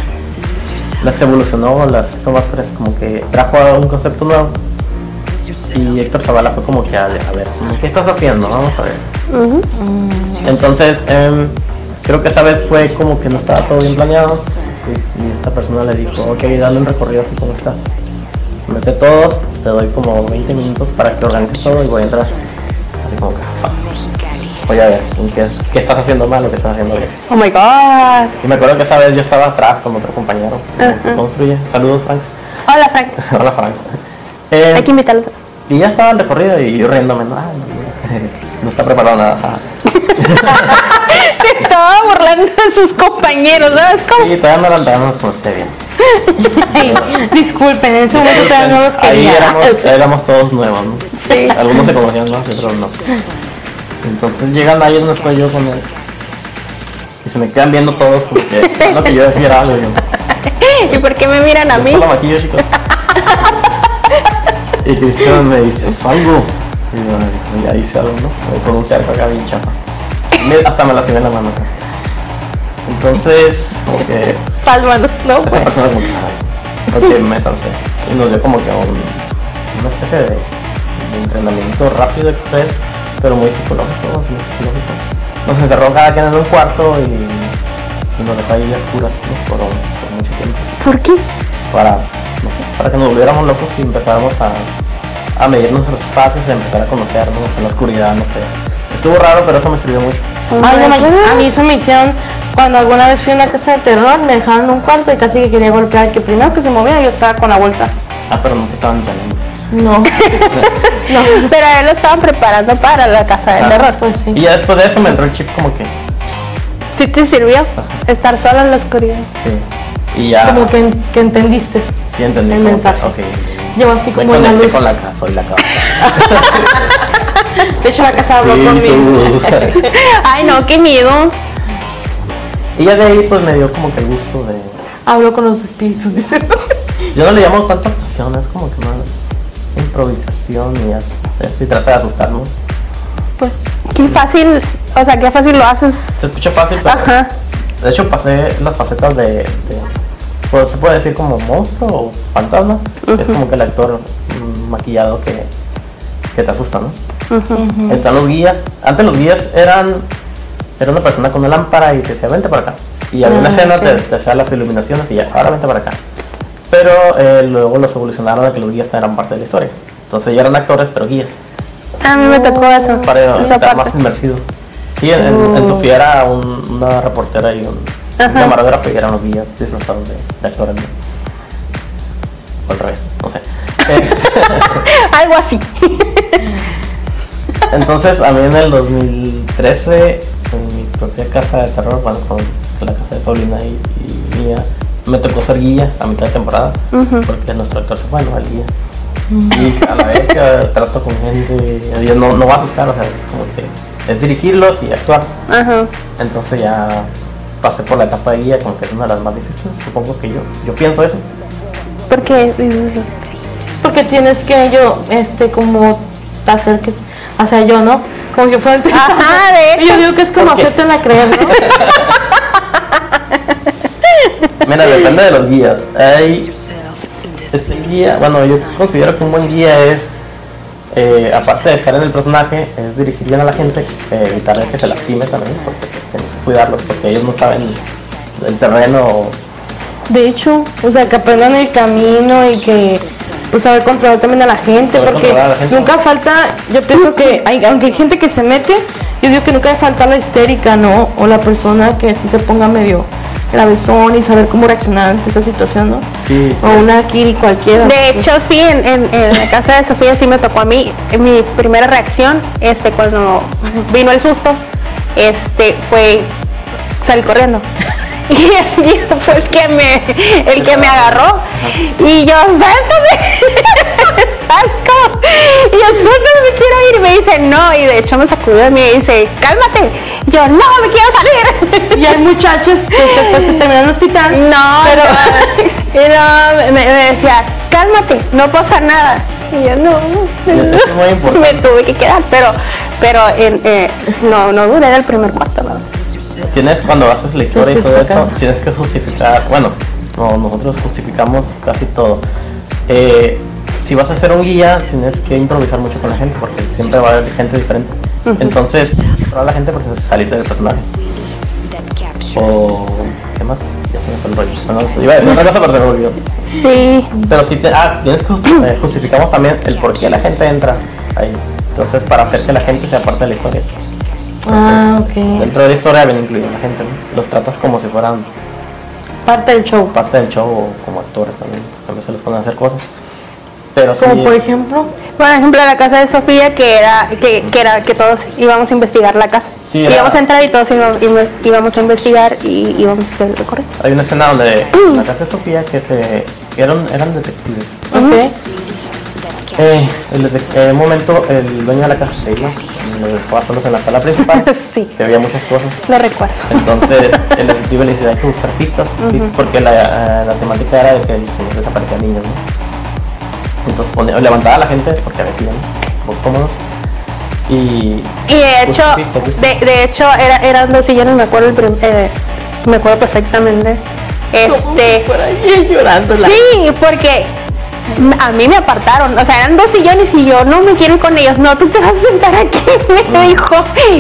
[SPEAKER 2] las evolucionó, las hizo más fres- como que trajo a un concepto nuevo. Y Héctor Zavala fue como que, a, ver, a ver, ¿qué estás haciendo? Vamos a ver. Entonces, em, creo que esa vez fue como que no estaba todo bien planeado. Y, y esta persona le dijo, ok, dale un recorrido así como estás. Mete todos, te doy como 20 minutos para que organices todo y voy a entrar. Así como que, ah, voy a ver, ¿en qué, qué estás haciendo mal o qué estás haciendo bien?
[SPEAKER 1] Oh my god. Uh-uh.
[SPEAKER 2] Y me acuerdo que esa vez yo estaba atrás con otro compañero. que Construye. Saludos, Frank. (laughs)
[SPEAKER 1] Hola, Frank.
[SPEAKER 2] Hola, Frank. Eh,
[SPEAKER 1] Hay que invitarlos. (laughs)
[SPEAKER 2] y ya estaba el recorrido y yo riéndome, no, ah, no, no está preparado nada. Ah,
[SPEAKER 1] Se estaba burlando de sus compañeros, ¿sabes cómo?
[SPEAKER 2] Sí, todavía no lo andábamos con usted bien.
[SPEAKER 3] Ay, disculpen, en ese momento todavía no los
[SPEAKER 2] Ahí
[SPEAKER 3] quería.
[SPEAKER 2] éramos, éramos todos nuevos, ¿no?
[SPEAKER 1] Sí.
[SPEAKER 2] Algunos se conocían más, otros no. Entonces llegan ahí donde estoy yo con él. Y se me quedan viendo todos porque es lo que yo decía era algo. Yo,
[SPEAKER 1] ¿Y por qué me miran a
[SPEAKER 2] yo
[SPEAKER 1] mí?
[SPEAKER 2] solo maquillo, chicos. Y Cristian me dice, salgo. Y yo, ya hice algo, ¿no? Voy con un cerco acá bien chapa. Me- Hasta me lastimé la mano acá. Entonces, como que
[SPEAKER 3] Sálvanos, ¿no?
[SPEAKER 2] esa persona como que, "Ay, (laughs) ok, métanse. Y nos dio como que un- una especie de, de entrenamiento rápido express, pero muy psicológico, muy psicológico. Nos encerró cada quien en un cuarto y, y nos dejó ahí a oscuras ¿no? por, un- por mucho tiempo.
[SPEAKER 1] ¿Por qué?
[SPEAKER 2] Para, no sé, para que nos volviéramos locos y empezáramos a, a medir nuestros espacios, a empezar a conocernos en la oscuridad, no sé. Estuvo raro, pero eso me sirvió mucho.
[SPEAKER 3] Ay, no manches, a mí eso me hicieron cuando alguna vez fui a una casa de terror, me dejaron en un cuarto y casi que quería golpear que primero que se movía yo estaba con la bolsa.
[SPEAKER 2] Ah, pero no te estaban entendiendo.
[SPEAKER 3] No.
[SPEAKER 1] Pero a él lo estaban preparando para la casa del
[SPEAKER 2] Ah.
[SPEAKER 1] terror.
[SPEAKER 3] Pues
[SPEAKER 2] Y
[SPEAKER 3] sí.
[SPEAKER 2] ya después de eso me entró el chip como que,
[SPEAKER 1] ¿Sí te sirvió estar sola en la oscuridad?
[SPEAKER 2] sí. Y ya,
[SPEAKER 3] Como que, que entendiste.
[SPEAKER 2] sí entendí.
[SPEAKER 3] el
[SPEAKER 2] como que,
[SPEAKER 3] mensaje.
[SPEAKER 2] ok.
[SPEAKER 3] Llevo así
[SPEAKER 2] Me
[SPEAKER 3] como una
[SPEAKER 2] conecté
[SPEAKER 3] luz.
[SPEAKER 2] con la casa y la
[SPEAKER 3] (laughs)
[SPEAKER 2] casa.
[SPEAKER 3] De hecho, la casa habló
[SPEAKER 2] Sí,
[SPEAKER 3] conmigo.
[SPEAKER 2] tú.
[SPEAKER 3] (laughs)
[SPEAKER 1] Ay, no, qué miedo.
[SPEAKER 2] Y ya de ahí pues me dio como que el gusto de...
[SPEAKER 3] Habló con los espíritus, (laughs) dice.
[SPEAKER 2] Yo no le llamo tanto actuación, es como que más improvisación y así. Y trata de asustarnos.
[SPEAKER 3] Pues.
[SPEAKER 1] Qué fácil, o sea, qué fácil lo haces.
[SPEAKER 2] Se escucha fácil, pero...
[SPEAKER 1] Ajá.
[SPEAKER 2] De hecho pasé las facetas de... de- pues, se puede decir como monstruo o fantasma. Es como que el actor mm, maquillado que, que te asusta, ¿no? Están los guías. Antes los guías eran... Era una persona con una lámpara y te decía, vente para acá. Y había una
[SPEAKER 3] Ah,
[SPEAKER 2] escena,
[SPEAKER 3] ok.
[SPEAKER 2] te, te hacía las iluminaciones y ya, ahora vente para acá. Pero eh, luego los evolucionaron a que los guías eran parte de la historia. Entonces ya eran actores, pero guías
[SPEAKER 1] A mí me tocó eso.
[SPEAKER 2] para
[SPEAKER 1] esa
[SPEAKER 2] estar
[SPEAKER 1] parte. Mm.
[SPEAKER 2] más inmersido. Sí, en, en, en Sofía era un- una reportera y un, un
[SPEAKER 1] Ajá.
[SPEAKER 2] camarógrafo y eran los guías disfrazados de, de actores. ¿no? O al revés, no sé. Eh,
[SPEAKER 1] Algo
[SPEAKER 2] (laughs)
[SPEAKER 1] así.
[SPEAKER 2] Entonces, a mí en el 2013, en mi propia casa de terror, bueno, con la casa de Paulina y, y mía, me tocó ser guía a mitad de temporada, porque nuestro actor se fue, no el guía.
[SPEAKER 1] Mm.
[SPEAKER 2] Y a la vez que trato con gente, Dios no, no va a asustar, o sea, es como que es dirigirlos y actuar.
[SPEAKER 1] Ajá.
[SPEAKER 2] Entonces ya pasé por la etapa de guía, como que es una de las más difíciles, supongo que yo, yo pienso eso.
[SPEAKER 1] Porque dices eso?
[SPEAKER 3] Porque tienes que yo, este, como hacer que, o sea, yo, ¿no? Como que fuera
[SPEAKER 1] Ajá, de
[SPEAKER 3] (laughs)
[SPEAKER 1] hecho.
[SPEAKER 3] Yo digo que es como
[SPEAKER 2] Porque-
[SPEAKER 3] hacerte la creer, ¿no?
[SPEAKER 2] Mira, depende de los guías. Hay este guía, bueno, yo considero que un buen guía es, eh, aparte de estar en el personaje, es dirigir bien a la gente, eh, evitar que se lastime también, porque tienes que cuidarlos, porque ellos no saben el terreno.
[SPEAKER 3] De hecho, o sea, que aprendan el camino y que pues saber controlar también a la gente,
[SPEAKER 2] Saber
[SPEAKER 3] porque
[SPEAKER 2] controlar a la gente.
[SPEAKER 3] nunca falta, yo pienso que hay, aunque hay gente que se mete, yo digo que nunca falta la histérica, ¿no? O la persona que sí se ponga medio gravezón y saber cómo reaccionar ante esa situación, ¿no?
[SPEAKER 2] Sí.
[SPEAKER 3] O una Kiri cualquiera.
[SPEAKER 1] De
[SPEAKER 3] entonces-
[SPEAKER 1] hecho, sí, en, en- en la casa de Sofía sí me tocó a mí. Mi primera reacción, este, cuando vino el susto, este, fue salir corriendo. (laughs) Y el niño fue el que me, el que me agarró. Y yo, sáltame, (laughs) salgo. Y yo, sáltame, me quiero ir. Y me dice, no. Y de hecho me sacudió y me dice, cálmate. Y yo, no, me quiero salir. (laughs)
[SPEAKER 3] Y hay muchachos que después se terminan en el hospital.
[SPEAKER 1] No, pero, (laughs) pero me, me decía, cálmate, no pasa nada. Y yo no,
[SPEAKER 2] (laughs) Eso es muy
[SPEAKER 1] me
[SPEAKER 2] importante.
[SPEAKER 1] tuve que quedar, pero, pero en, eh, no, no duré del primer cuarto, ¿no?
[SPEAKER 2] Tienes cuando haces la historia y todo eso, tienes que justificar, bueno, no, nosotros justificamos casi todo. Eh, si vas a hacer un guía, tienes que improvisar mucho con la gente, porque siempre va a haber gente diferente. Entonces, para la gente, pues es salir del personaje. O, ¿qué más? Ya se me fue el rollo. No, no, iba a decir una cosa, pero se me olvidó.
[SPEAKER 1] Sí,
[SPEAKER 2] Pero si te, ah, tienes que justi- eh, justificamos también el por qué la gente entra ahí. Entonces, para hacer que la gente sea parte de la historia.
[SPEAKER 3] Ah, ok.
[SPEAKER 2] Dentro de la historia viene incluida la gente, ¿no? Los tratas como si fueran
[SPEAKER 3] Parte del show.
[SPEAKER 2] parte del show o como actores también, a veces les ponen a hacer cosas. Pero sí,
[SPEAKER 3] Como por ejemplo,
[SPEAKER 1] por ejemplo, la casa de Sofía, que era que, que era que todos íbamos a investigar la casa.
[SPEAKER 2] Sí, era-
[SPEAKER 1] íbamos a entrar y todos íbamos, íbamos- íbamos a investigar y íbamos a hacer el recorrido.
[SPEAKER 2] hay una escena donde en la casa de Sofía que se que eran, eran detectives.
[SPEAKER 3] ok.
[SPEAKER 2] Eh, el detec- en un momento el dueño de la casa se iba, lo dejó a solos en la sala principal,
[SPEAKER 1] Sí.
[SPEAKER 2] que había muchas cosas.
[SPEAKER 1] Lo recuerdo. (laughs)
[SPEAKER 2] Entonces el detective le dice, hay que buscar pistas, porque la, eh, la temática era de que el señor desaparecía niños, ¿no? Entonces pone- levantaba a la gente, porque a veces iban muy cómodos, y
[SPEAKER 1] Y de hecho,
[SPEAKER 2] Pues sí, pues sí.
[SPEAKER 1] de, de hecho era, eran dos sillones, me acuerdo, el prim- eh, me acuerdo perfectamente. Este,
[SPEAKER 3] llorando
[SPEAKER 1] sí, porque a mí me apartaron, o sea, eran dos sillones y yo no me quiero ir con ellos, no, tú te vas a sentar aquí, (laughs) me dijo.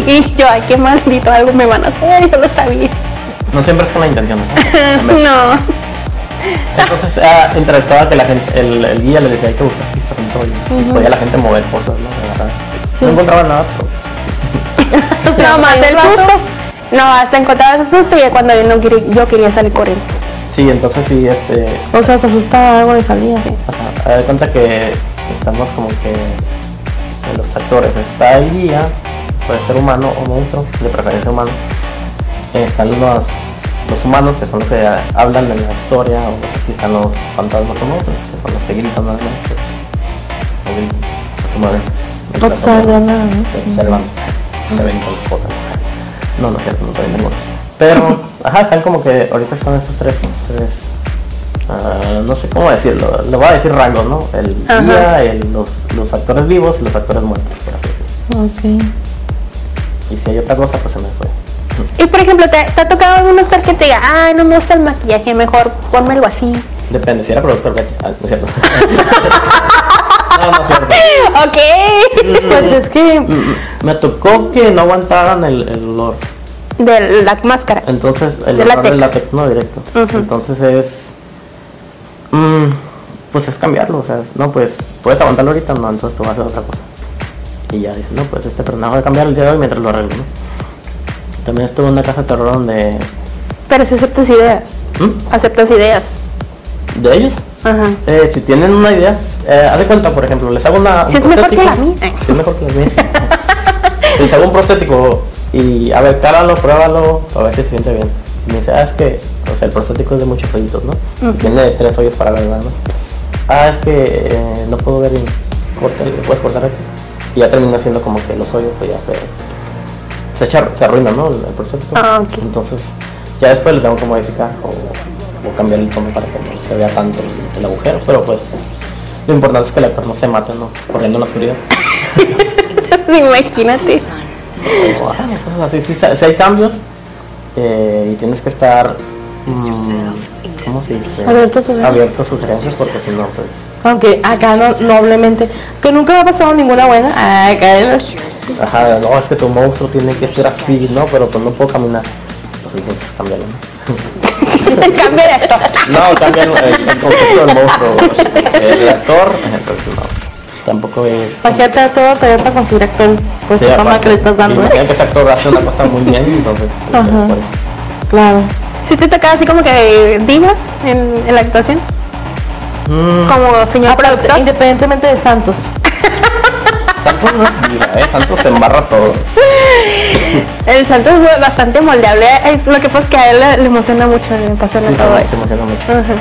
[SPEAKER 1] Y yo, ay, qué maldito, algo me van a hacer, yo lo sabía.
[SPEAKER 2] no siempre es con la intención.
[SPEAKER 1] (laughs)
[SPEAKER 2] ¿no?
[SPEAKER 1] No,
[SPEAKER 2] Entonces ah, interactuaba que la gente, el, el guía le decía hay que buscar pistas en todo y podía la gente mover cosas, ¿no? De verdad. No encontraba nada, pero
[SPEAKER 1] no más el susto. No, hasta encontrar el susto y ya cuando yo no quería, yo quería salir corriendo.
[SPEAKER 2] sí, entonces sí, este,
[SPEAKER 3] O sea, se asustaba algo de salida.
[SPEAKER 2] ajá, haz de cuenta que estamos como que de los actores está el guía puede ser humano o monstruo de preferencia humano Eh, están los, los humanos que son los que hablan de la historia o aquí están los fantasmas o monstruos que son los que gritan más más que, que gritan, que se mueven
[SPEAKER 3] Observan, ¿no?
[SPEAKER 2] Que observan que ven con cosas no no es cierto no saben ninguno pero ajá están como que ahorita están esos tres tres ah, no sé cómo decirlo, lo voy a decir rangos, ¿no? El
[SPEAKER 1] Ajá.
[SPEAKER 2] guía, el- los, los actores vivos y los actores muertos, por así decirlo.
[SPEAKER 3] Ok.
[SPEAKER 2] Y si hay otra cosa, pues se me fue.
[SPEAKER 1] Y por ejemplo, ¿te, te ha tocado algún actor que te diga, ay, no me gusta el maquillaje, mejor pónmelo así?
[SPEAKER 2] Depende, si era productor, vete. Ah, no es cierto. (laughs) no, no
[SPEAKER 1] (laughs)
[SPEAKER 2] es cierto.
[SPEAKER 1] ok.
[SPEAKER 3] Pues es que
[SPEAKER 2] Mm, Me tocó que no aguantaran el, el olor.
[SPEAKER 1] De la máscara.
[SPEAKER 2] Entonces, el
[SPEAKER 1] De
[SPEAKER 2] olor
[SPEAKER 1] látex.
[SPEAKER 2] del látex, no directo.
[SPEAKER 1] Ujú.
[SPEAKER 2] Entonces es. mm, pues es cambiarlo, o sea, no, pues puedes aguantarlo ahorita, no, entonces tú vas a hacer otra cosa. Y ya dices, no, pues este personaje va a cambiar el día de hoy mientras lo arreglo, ¿no? También estuve en una casa de terror donde.
[SPEAKER 1] Pero si aceptas ideas.
[SPEAKER 2] ¿Mm?
[SPEAKER 1] Aceptas ideas.
[SPEAKER 2] ¿De ellos?
[SPEAKER 1] Ajá.
[SPEAKER 2] Eh, si tienen una idea, eh, haz de cuenta, por ejemplo, les hago una. un
[SPEAKER 1] Si es mejor que
[SPEAKER 2] prostético.
[SPEAKER 1] la mía.
[SPEAKER 2] Si es mejor que
[SPEAKER 1] (laughs)
[SPEAKER 2] la mía. sí. les hago un prostético y a ver, cáralo, pruébalo, a ver si se siente bien. Y me dice, ah, es que, o sea, el prostético es de muchos hoyitos, ¿no? Tiene tres hoyos para la verdad, ¿no? Ah, es que eh, no puedo ver bien. Corta, ¿le puedes cortar aquí? Y ya termina siendo como que los hoyos, pues ya se. Se, echa- se arruina, ¿no? El, el prostético.
[SPEAKER 1] Ah, ok. (laughs)
[SPEAKER 2] Entonces, ya después le tengo que modificar o, o cambiar el tono para que no se vea tanto el agujero, pero pues lo importante es que el actor no se mate, ¿no? Corriendo en la oscuridad.
[SPEAKER 1] Entonces, imagínate.
[SPEAKER 2] O, ah, cosas así, si, hay cambios eh, y tienes que estar mm, ¿cómo se dice?
[SPEAKER 3] Abierto a sugerencias.
[SPEAKER 2] Abierto a sugerencias porque si no, pues
[SPEAKER 3] Aunque acá no, noblemente, que nunca me ha pasado ninguna buena. Ay, Karen.
[SPEAKER 2] ajá, no, es que tu monstruo tiene que ser así, ¿no? Pero pues no puedo caminar. Pues entonces cámbialo, ¿no?
[SPEAKER 3] (laughs)
[SPEAKER 1] Cambia de actor.
[SPEAKER 2] No, cambian el, el concepto del monstruo. El actor, eh, pues no. Tampoco es.
[SPEAKER 3] Imagínate a todo taller para conseguir actores por
[SPEAKER 2] Sí,
[SPEAKER 3] esa fama
[SPEAKER 2] aparte,
[SPEAKER 3] que le estás dando.
[SPEAKER 2] imagínate
[SPEAKER 3] ¿eh?
[SPEAKER 2] que ese actor hace una cosa muy bien, entonces.
[SPEAKER 3] Ajá.
[SPEAKER 2] pues,
[SPEAKER 3] Claro.
[SPEAKER 1] Si te tocaba así como que divas en, en la actuación. Como
[SPEAKER 3] Ah,
[SPEAKER 1] señor productor.
[SPEAKER 3] Independientemente de Santos.
[SPEAKER 2] Santos no es vida, ¿eh? Santos se embarra todo.
[SPEAKER 1] El salto es bastante moldeable. Es lo que pasa es que a él le, le emociona mucho, le apasiona
[SPEAKER 2] Sí,
[SPEAKER 1] todo
[SPEAKER 2] Santos se
[SPEAKER 1] eso.
[SPEAKER 2] emociona mucho.
[SPEAKER 1] Ajá.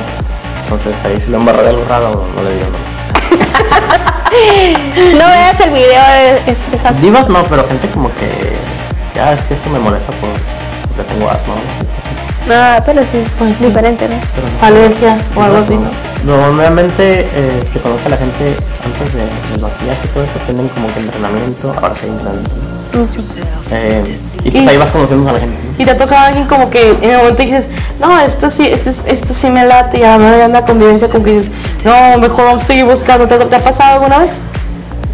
[SPEAKER 2] Entonces ahí si lo embarra de algo raro, no le digo no.
[SPEAKER 1] No veas el video de es,
[SPEAKER 3] Ah.
[SPEAKER 1] es algo-
[SPEAKER 2] Divas no, pero gente como que. Ya, es que esto me molesta por. Yo tengo asma, ¿no?
[SPEAKER 1] Ah, pero sí,
[SPEAKER 3] Pues sí.
[SPEAKER 1] diferente, ¿no? (laughs)
[SPEAKER 3] Alergia o algo así.
[SPEAKER 2] Normalmente eh, se conoce a la gente antes de, del maquillaje y todo eso, tienen como que entrenamiento, ahora sí hay entrenamiento. Eh, y pues
[SPEAKER 3] Y-
[SPEAKER 2] ahí vas conociendo a la gente. ¿no?
[SPEAKER 3] Y te ha tocado alguien como que en el momento dices, no, esto sí, esto, es- esto sí me late y a la mejor ya anda convivencia con que dices, no, mejor vamos a seguir buscando. ¿Te, te ha pasado alguna vez?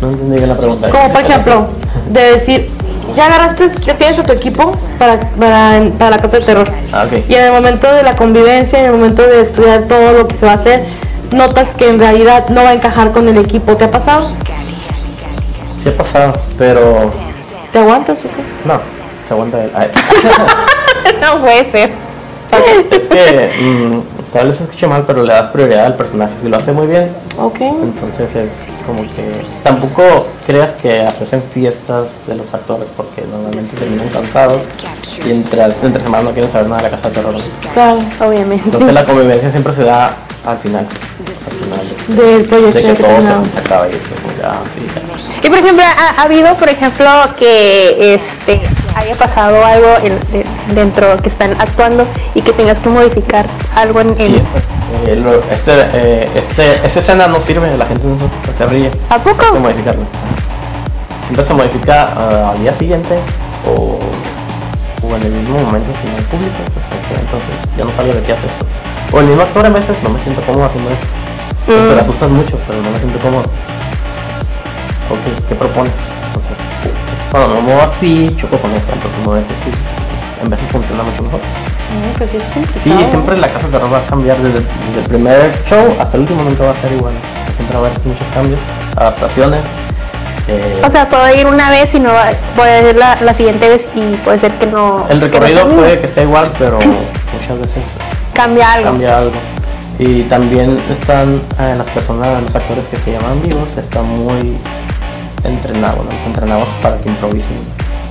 [SPEAKER 2] No entendí bien la pregunta.
[SPEAKER 3] Como por ejemplo, de decir, ya agarraste, ya tienes a tu equipo para, para, para la casa de terror.
[SPEAKER 2] Ah, ok.
[SPEAKER 3] Y en el momento de la convivencia, en el momento de estudiar todo lo que se va a hacer, notas que en realidad no va a encajar con el equipo. ¿Te ha pasado?
[SPEAKER 2] Sí ha pasado, pero
[SPEAKER 3] ¿Te aguantas o qué?
[SPEAKER 2] no, se aguanta Ah, el... (laughs) ay.
[SPEAKER 1] No fue feo.
[SPEAKER 2] es que mm, tal vez se escuche mal, pero le das prioridad al personaje. Si lo hace muy bien,
[SPEAKER 3] Ok.
[SPEAKER 2] entonces es como que... Tampoco creas que hacen fiestas de los actores, porque normalmente terminan cansados y entre, entre semanas no quieren saber nada de la casa de terror.
[SPEAKER 3] Claro.
[SPEAKER 1] Obviamente.
[SPEAKER 2] Entonces la convivencia siempre se da al final. Al final de-
[SPEAKER 3] Del proyecto
[SPEAKER 2] de que todo
[SPEAKER 3] determinado.
[SPEAKER 2] se- se acaba y es como ya, sí, ya.
[SPEAKER 1] Y por ejemplo, ha, ha habido, por ejemplo, que este haya pasado algo en- de- dentro que están actuando y que tengas que modificar algo en, en-
[SPEAKER 2] Sí, eh, lo- este, eh, este, esta escena no sirve, la gente no se, se ríe.
[SPEAKER 1] ¿A poco?
[SPEAKER 2] Hay que modificarla. Siempre se modifica ah, al día siguiente o, o en el mismo momento si no hay público, pues, hay que- entonces ya no sabía de qué hacer esto. O el mismo actor a veces no me siento cómodo haciendo esto. Pues, Te asustan mucho, pero no me siento cómodo. ¿O qué, qué propones? Entonces, cuando me muevo así, choco con esto, entonces me voy a decir, en vez de funciona mucho mejor.
[SPEAKER 3] Mm, Pues sí es
[SPEAKER 2] Sí,
[SPEAKER 3] complicado.
[SPEAKER 2] siempre la casa de terror va a cambiar desde, desde el primer show hasta el último momento va a ser igual. Siempre va a haber muchos cambios, adaptaciones. eh,
[SPEAKER 1] O sea, puedo ir una vez y no va- voy a ir la, la siguiente vez y puede ser que no.
[SPEAKER 2] el
[SPEAKER 1] que no
[SPEAKER 2] recorrido
[SPEAKER 1] sea el mismo.
[SPEAKER 2] puede que sea igual, pero muchas veces
[SPEAKER 1] Cambia algo.
[SPEAKER 2] cambia algo. Y también están eh, las personas, los actores que se llaman vivos, están muy entrenados, los entrenamos para que improvisen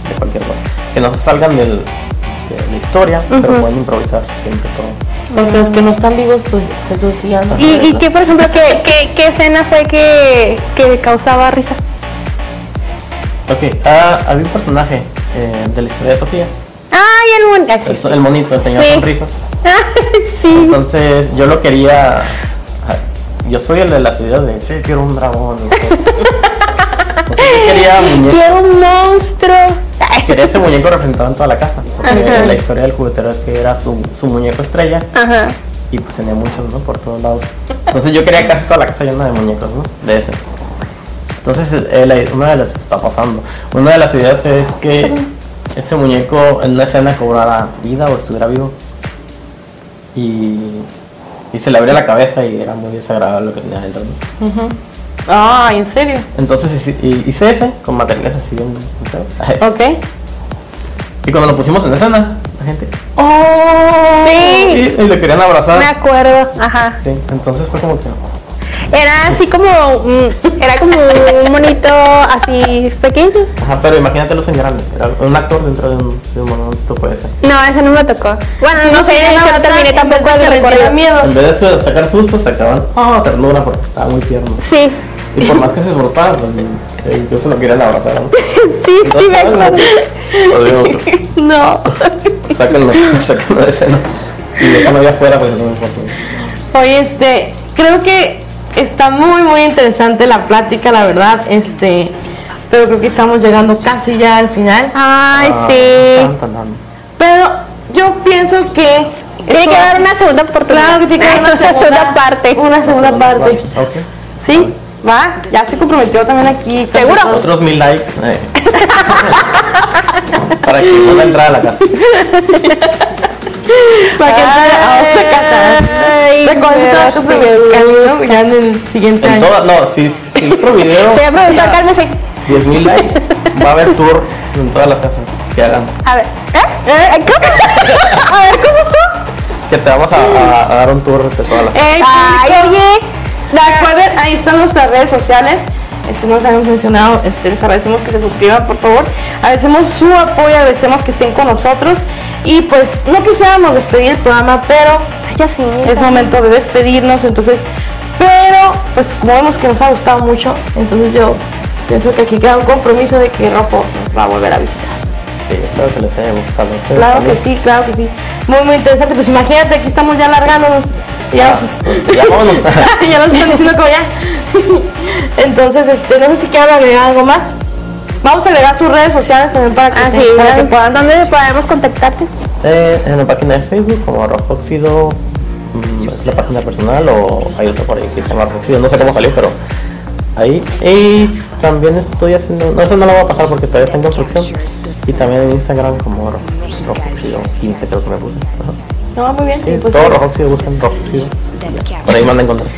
[SPEAKER 2] de cualquier cosa. Que no se salgan del- de la historia, pero pueden improvisar siempre todo.
[SPEAKER 3] Porque los que no están vivos, pues
[SPEAKER 4] Eso sí, ya no.
[SPEAKER 1] ¿Y, y qué, por ejemplo, qué, qué, qué escena fue que, que causaba risa?
[SPEAKER 2] Ok, ah, había un personaje eh, de la historia de Sofía,
[SPEAKER 1] Ay, el mon... ah, sí,
[SPEAKER 2] el, el monito, el señor
[SPEAKER 1] Sí.
[SPEAKER 2] Sonrisas.
[SPEAKER 1] sí.
[SPEAKER 2] Entonces yo lo quería. ah, Yo soy el de la ciudad de sí, quiero un dragón. (laughs) y todo. Entonces, yo quería muñeco.
[SPEAKER 1] Quiero un monstruo. Ay,
[SPEAKER 2] Quería ese muñeco representado en toda la casa. Porque
[SPEAKER 1] Ajá.
[SPEAKER 2] la historia del juguetero es que era su, su muñeco estrella
[SPEAKER 1] Ajá.
[SPEAKER 2] y pues tenía muchos, ¿no? Por
[SPEAKER 1] (laughs)
[SPEAKER 2] todos lados. Entonces yo quería casi toda la casa llena de muñecos, ¿no? De ese. Entonces eh, la- una de las está pasando. Una de las ideas es
[SPEAKER 1] (laughs)
[SPEAKER 2] que ese muñeco en una escena cobrara vida o estuviera vivo. Y, y se le abría la cabeza y era muy desagradable lo que tenía dentro. ¿no?
[SPEAKER 3] Ah, ¿en serio?
[SPEAKER 2] Entonces hice- y- hice ese con materiales así bien. feos. (laughs)
[SPEAKER 3] Ok.
[SPEAKER 2] Y cuando lo pusimos en escena, la gente.
[SPEAKER 1] Oh.
[SPEAKER 2] Y,
[SPEAKER 1] Sí,
[SPEAKER 2] y le querían
[SPEAKER 3] Ah.
[SPEAKER 1] me
[SPEAKER 2] abrazar.
[SPEAKER 1] acuerdo. Ajá.
[SPEAKER 2] Sí, entonces fue como que.
[SPEAKER 1] Era así como, mm, era como un monito así pequeño.
[SPEAKER 2] Ajá, pero imagínatelos en grande. Era un actor dentro de un, de un monumento puede ser.
[SPEAKER 1] No, eso no me tocó. Bueno, no, sé, yo no terminé tampoco el recorrido.
[SPEAKER 2] En vez de sacar sustos, sacaban oh, ternura porque estaba muy tierno.
[SPEAKER 1] Sí,
[SPEAKER 2] Y por más que se esforzaban, también, eh, incluso lo querían abrazar. ¿no?
[SPEAKER 1] (laughs) sí, sí, me
[SPEAKER 2] Entonces,
[SPEAKER 1] acuerdo.
[SPEAKER 2] (laughs) lo digo,
[SPEAKER 3] No.
[SPEAKER 2] Sáquenlo, (laughs) sáquenlo de escena. Y déjalo allá afuera porque no me importa.
[SPEAKER 3] Oye, este, creo que está muy, muy interesante la plática, la verdad. Este, pero creo que estamos llegando casi ya al final.
[SPEAKER 1] Ay,
[SPEAKER 2] Ah,
[SPEAKER 1] sí.
[SPEAKER 2] tan, tan, tan.
[SPEAKER 3] Pero yo pienso que.
[SPEAKER 1] Tiene
[SPEAKER 3] esto-
[SPEAKER 1] que haber una segunda oportunidad.
[SPEAKER 3] Claro que tiene que haber
[SPEAKER 1] (laughs)
[SPEAKER 3] una segunda,
[SPEAKER 1] parte.
[SPEAKER 3] Una segunda parte.
[SPEAKER 2] Ok.
[SPEAKER 3] ¿Sí? ¿Va? Ya se comprometió también aquí. con
[SPEAKER 1] ¿Seguro?
[SPEAKER 3] nosotros.
[SPEAKER 2] Otros mil likes. eh. (laughs) Para que no la entrada a la casa.
[SPEAKER 3] Para que entre a otra casa.
[SPEAKER 1] Ay,
[SPEAKER 3] Recuerden todas sus camino ya en el siguiente
[SPEAKER 2] En
[SPEAKER 3] año.
[SPEAKER 2] todas, no, si, si otro
[SPEAKER 1] (laughs)
[SPEAKER 2] video,
[SPEAKER 1] Señor productor, cálmese.
[SPEAKER 2] 10 mil likes, va a haber tour en todas las casas que hagan.
[SPEAKER 1] A ver. ¿Eh? ¿Eh? ¿Cómo? (laughs) A ver, ¿cómo fue?
[SPEAKER 2] Que te vamos a, a- a dar un tour de todas las
[SPEAKER 3] Ey,
[SPEAKER 1] Ay,
[SPEAKER 3] público,
[SPEAKER 1] oye.
[SPEAKER 3] Recuerden, ahí están nuestras redes sociales. Este, no nos han mencionado, este, les agradecemos que se suscriban, por favor. Agradecemos su apoyo, agradecemos que estén con nosotros. Y pues no quisiéramos despedir el programa, pero
[SPEAKER 1] Ya sí.
[SPEAKER 3] es momento de despedirnos. Entonces, pero pues como vemos que nos ha gustado mucho,
[SPEAKER 4] Entonces yo pienso que aquí queda un compromiso de que
[SPEAKER 3] que Ropo nos va a volver a visitar.
[SPEAKER 2] Sí, espero que les haya gustado. Ustedes
[SPEAKER 3] Claro
[SPEAKER 2] también.
[SPEAKER 3] que sí, claro que sí. Muy, muy interesante. Pues imagínate, aquí estamos ya largándonos. Ya
[SPEAKER 2] Ya,
[SPEAKER 3] nos-
[SPEAKER 2] ya vámonos. (laughs)
[SPEAKER 3] (laughs) ya nos están diciendo como ya. Entonces, este, no sé si quieran agregar algo más. Vamos a agregar sus redes sociales también para que,
[SPEAKER 1] Así,
[SPEAKER 3] te- para que puedan.
[SPEAKER 1] ¿dónde podemos contactarte?
[SPEAKER 2] Eh, en la página de Facebook como Rojo Óxido, mm, es la página personal o hay otra por ahí que se llama Rojo Óxido, no sé cómo salió, pero ahí. Y también estoy haciendo, no, eso no lo voy a pasar porque todavía está en construcción. Y también en Instagram como Ro- Rojo Óxido 15 creo que me puse. Ajá.
[SPEAKER 3] No, muy bien.
[SPEAKER 2] Sí,
[SPEAKER 3] y pues,
[SPEAKER 2] todo
[SPEAKER 3] sí,
[SPEAKER 2] Rojo Óxido, buscan Rojo Óxido. Por ahí mandan encontrar.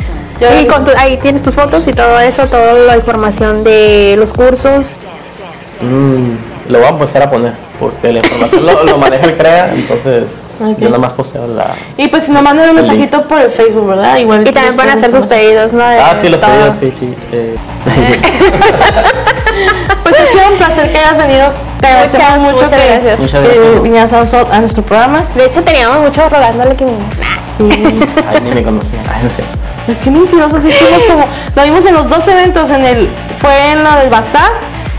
[SPEAKER 3] yo-
[SPEAKER 1] Y con tu- ahí tienes tus fotos y todo eso, toda la información de los cursos.
[SPEAKER 2] Mm, lo voy a empezar a poner porque la información lo, lo maneja el CREA, entonces yo nada más posteo la...
[SPEAKER 3] y pues si nos mandan un mensajito por el Facebook, ¿verdad? Igual.
[SPEAKER 1] Y también pueden hacer sus pedidos, ¿no? De
[SPEAKER 2] Ah, sí, los
[SPEAKER 1] todo.
[SPEAKER 2] pedidos, sí, sí. eh.
[SPEAKER 3] (laughs) Pues ha sido un placer que hayas venido. Te agradecemos mucho
[SPEAKER 1] muchas
[SPEAKER 3] que
[SPEAKER 1] gracias.
[SPEAKER 2] Muchas
[SPEAKER 3] que
[SPEAKER 2] gracias.
[SPEAKER 3] vinieras a, noso- a nuestro programa.
[SPEAKER 1] De hecho, teníamos mucho rogándole que me- (laughs)
[SPEAKER 3] Sí.
[SPEAKER 2] Ay, ni me conocía. Ay, no sé.
[SPEAKER 3] Ay, Qué mentiroso, sí fuimos como, lo vimos en los dos eventos, en el, fue en la del bazar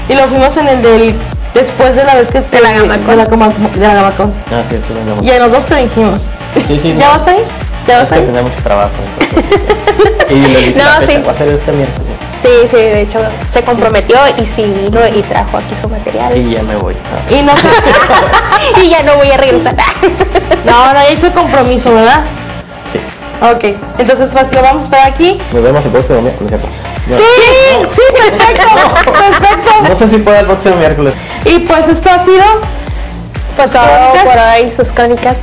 [SPEAKER 3] y lo fuimos en el del, después de la vez que te
[SPEAKER 1] la Gamacón.
[SPEAKER 3] de la, Coma- de la Gamacón.
[SPEAKER 2] Ah, sí, tú no
[SPEAKER 3] Y en los dos te dijimos,
[SPEAKER 2] Sí, sí.
[SPEAKER 3] ¿ya
[SPEAKER 2] no,
[SPEAKER 3] vas a ir? ¿Ya
[SPEAKER 2] Es
[SPEAKER 3] vas
[SPEAKER 2] que
[SPEAKER 3] a ir?
[SPEAKER 2] tenía mucho trabajo.
[SPEAKER 3] (laughs)
[SPEAKER 2] entonces, y le dije,
[SPEAKER 1] No,
[SPEAKER 2] la fecha,
[SPEAKER 1] sí.
[SPEAKER 2] voy a hacer este miércoles.
[SPEAKER 1] Sí, sí, de hecho, se comprometió y sí vino y trajo aquí su material.
[SPEAKER 2] Y ya me voy. Ah,
[SPEAKER 3] Y no,
[SPEAKER 1] Y ya no voy a (laughs) regresar.
[SPEAKER 3] no, no hizo el compromiso, ¿verdad?
[SPEAKER 2] Sí.
[SPEAKER 3] Ok, entonces pues, lo vamos a esperar aquí.
[SPEAKER 2] Nos vemos el próximo miércoles. No,
[SPEAKER 3] Sí, sí, perfecto, perfecto.
[SPEAKER 2] no sé si pueda el próximo miércoles.
[SPEAKER 3] Y pues esto ha sido
[SPEAKER 2] Pues,
[SPEAKER 3] sus
[SPEAKER 2] ah,
[SPEAKER 1] Todo
[SPEAKER 3] crónicas,
[SPEAKER 1] por hoy, sus (laughs) crónicas.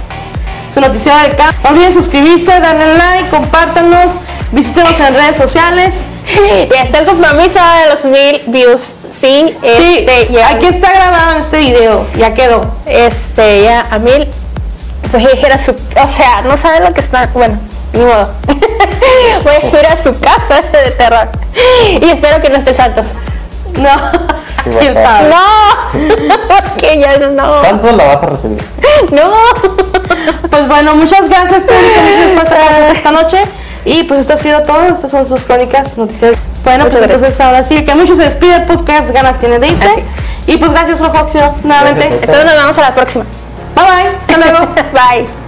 [SPEAKER 3] su noticiero del campo. No olviden suscribirse, darle like, compártanos, visítenos en redes sociales.
[SPEAKER 1] Y hasta el compromiso de los mil views. Sí,
[SPEAKER 3] Sí,
[SPEAKER 1] este, ya,
[SPEAKER 3] aquí está grabado este video, ya quedó.
[SPEAKER 1] este, ya a mil. Pues era su. O sea, no sabe lo que está. Bueno, ni modo. (laughs) Voy a ir a su casa (laughs) de terror. Y espero que no esté Santos.
[SPEAKER 3] No, (laughs) quién sabe.
[SPEAKER 1] ¡No! (laughs) Porque ya no.
[SPEAKER 2] ¿Cuánto la vas a recibir?
[SPEAKER 1] ¡No! (laughs)
[SPEAKER 3] Pues bueno, muchas gracias, público. Muchas gracias por estar con nosotros esta noche. Y pues esto ha sido todo. Estas son sus crónicas noticias. Bueno,
[SPEAKER 1] Muchas
[SPEAKER 3] pues entonces ahora sí, que mucho se despide el podcast. Ganas tiene de irse. Y pues gracias, Rojo Oxido, nuevamente.
[SPEAKER 2] Gracias,
[SPEAKER 1] Entonces nos vemos a la próxima.
[SPEAKER 3] Bye bye. Hasta luego.
[SPEAKER 1] (laughs) Bye.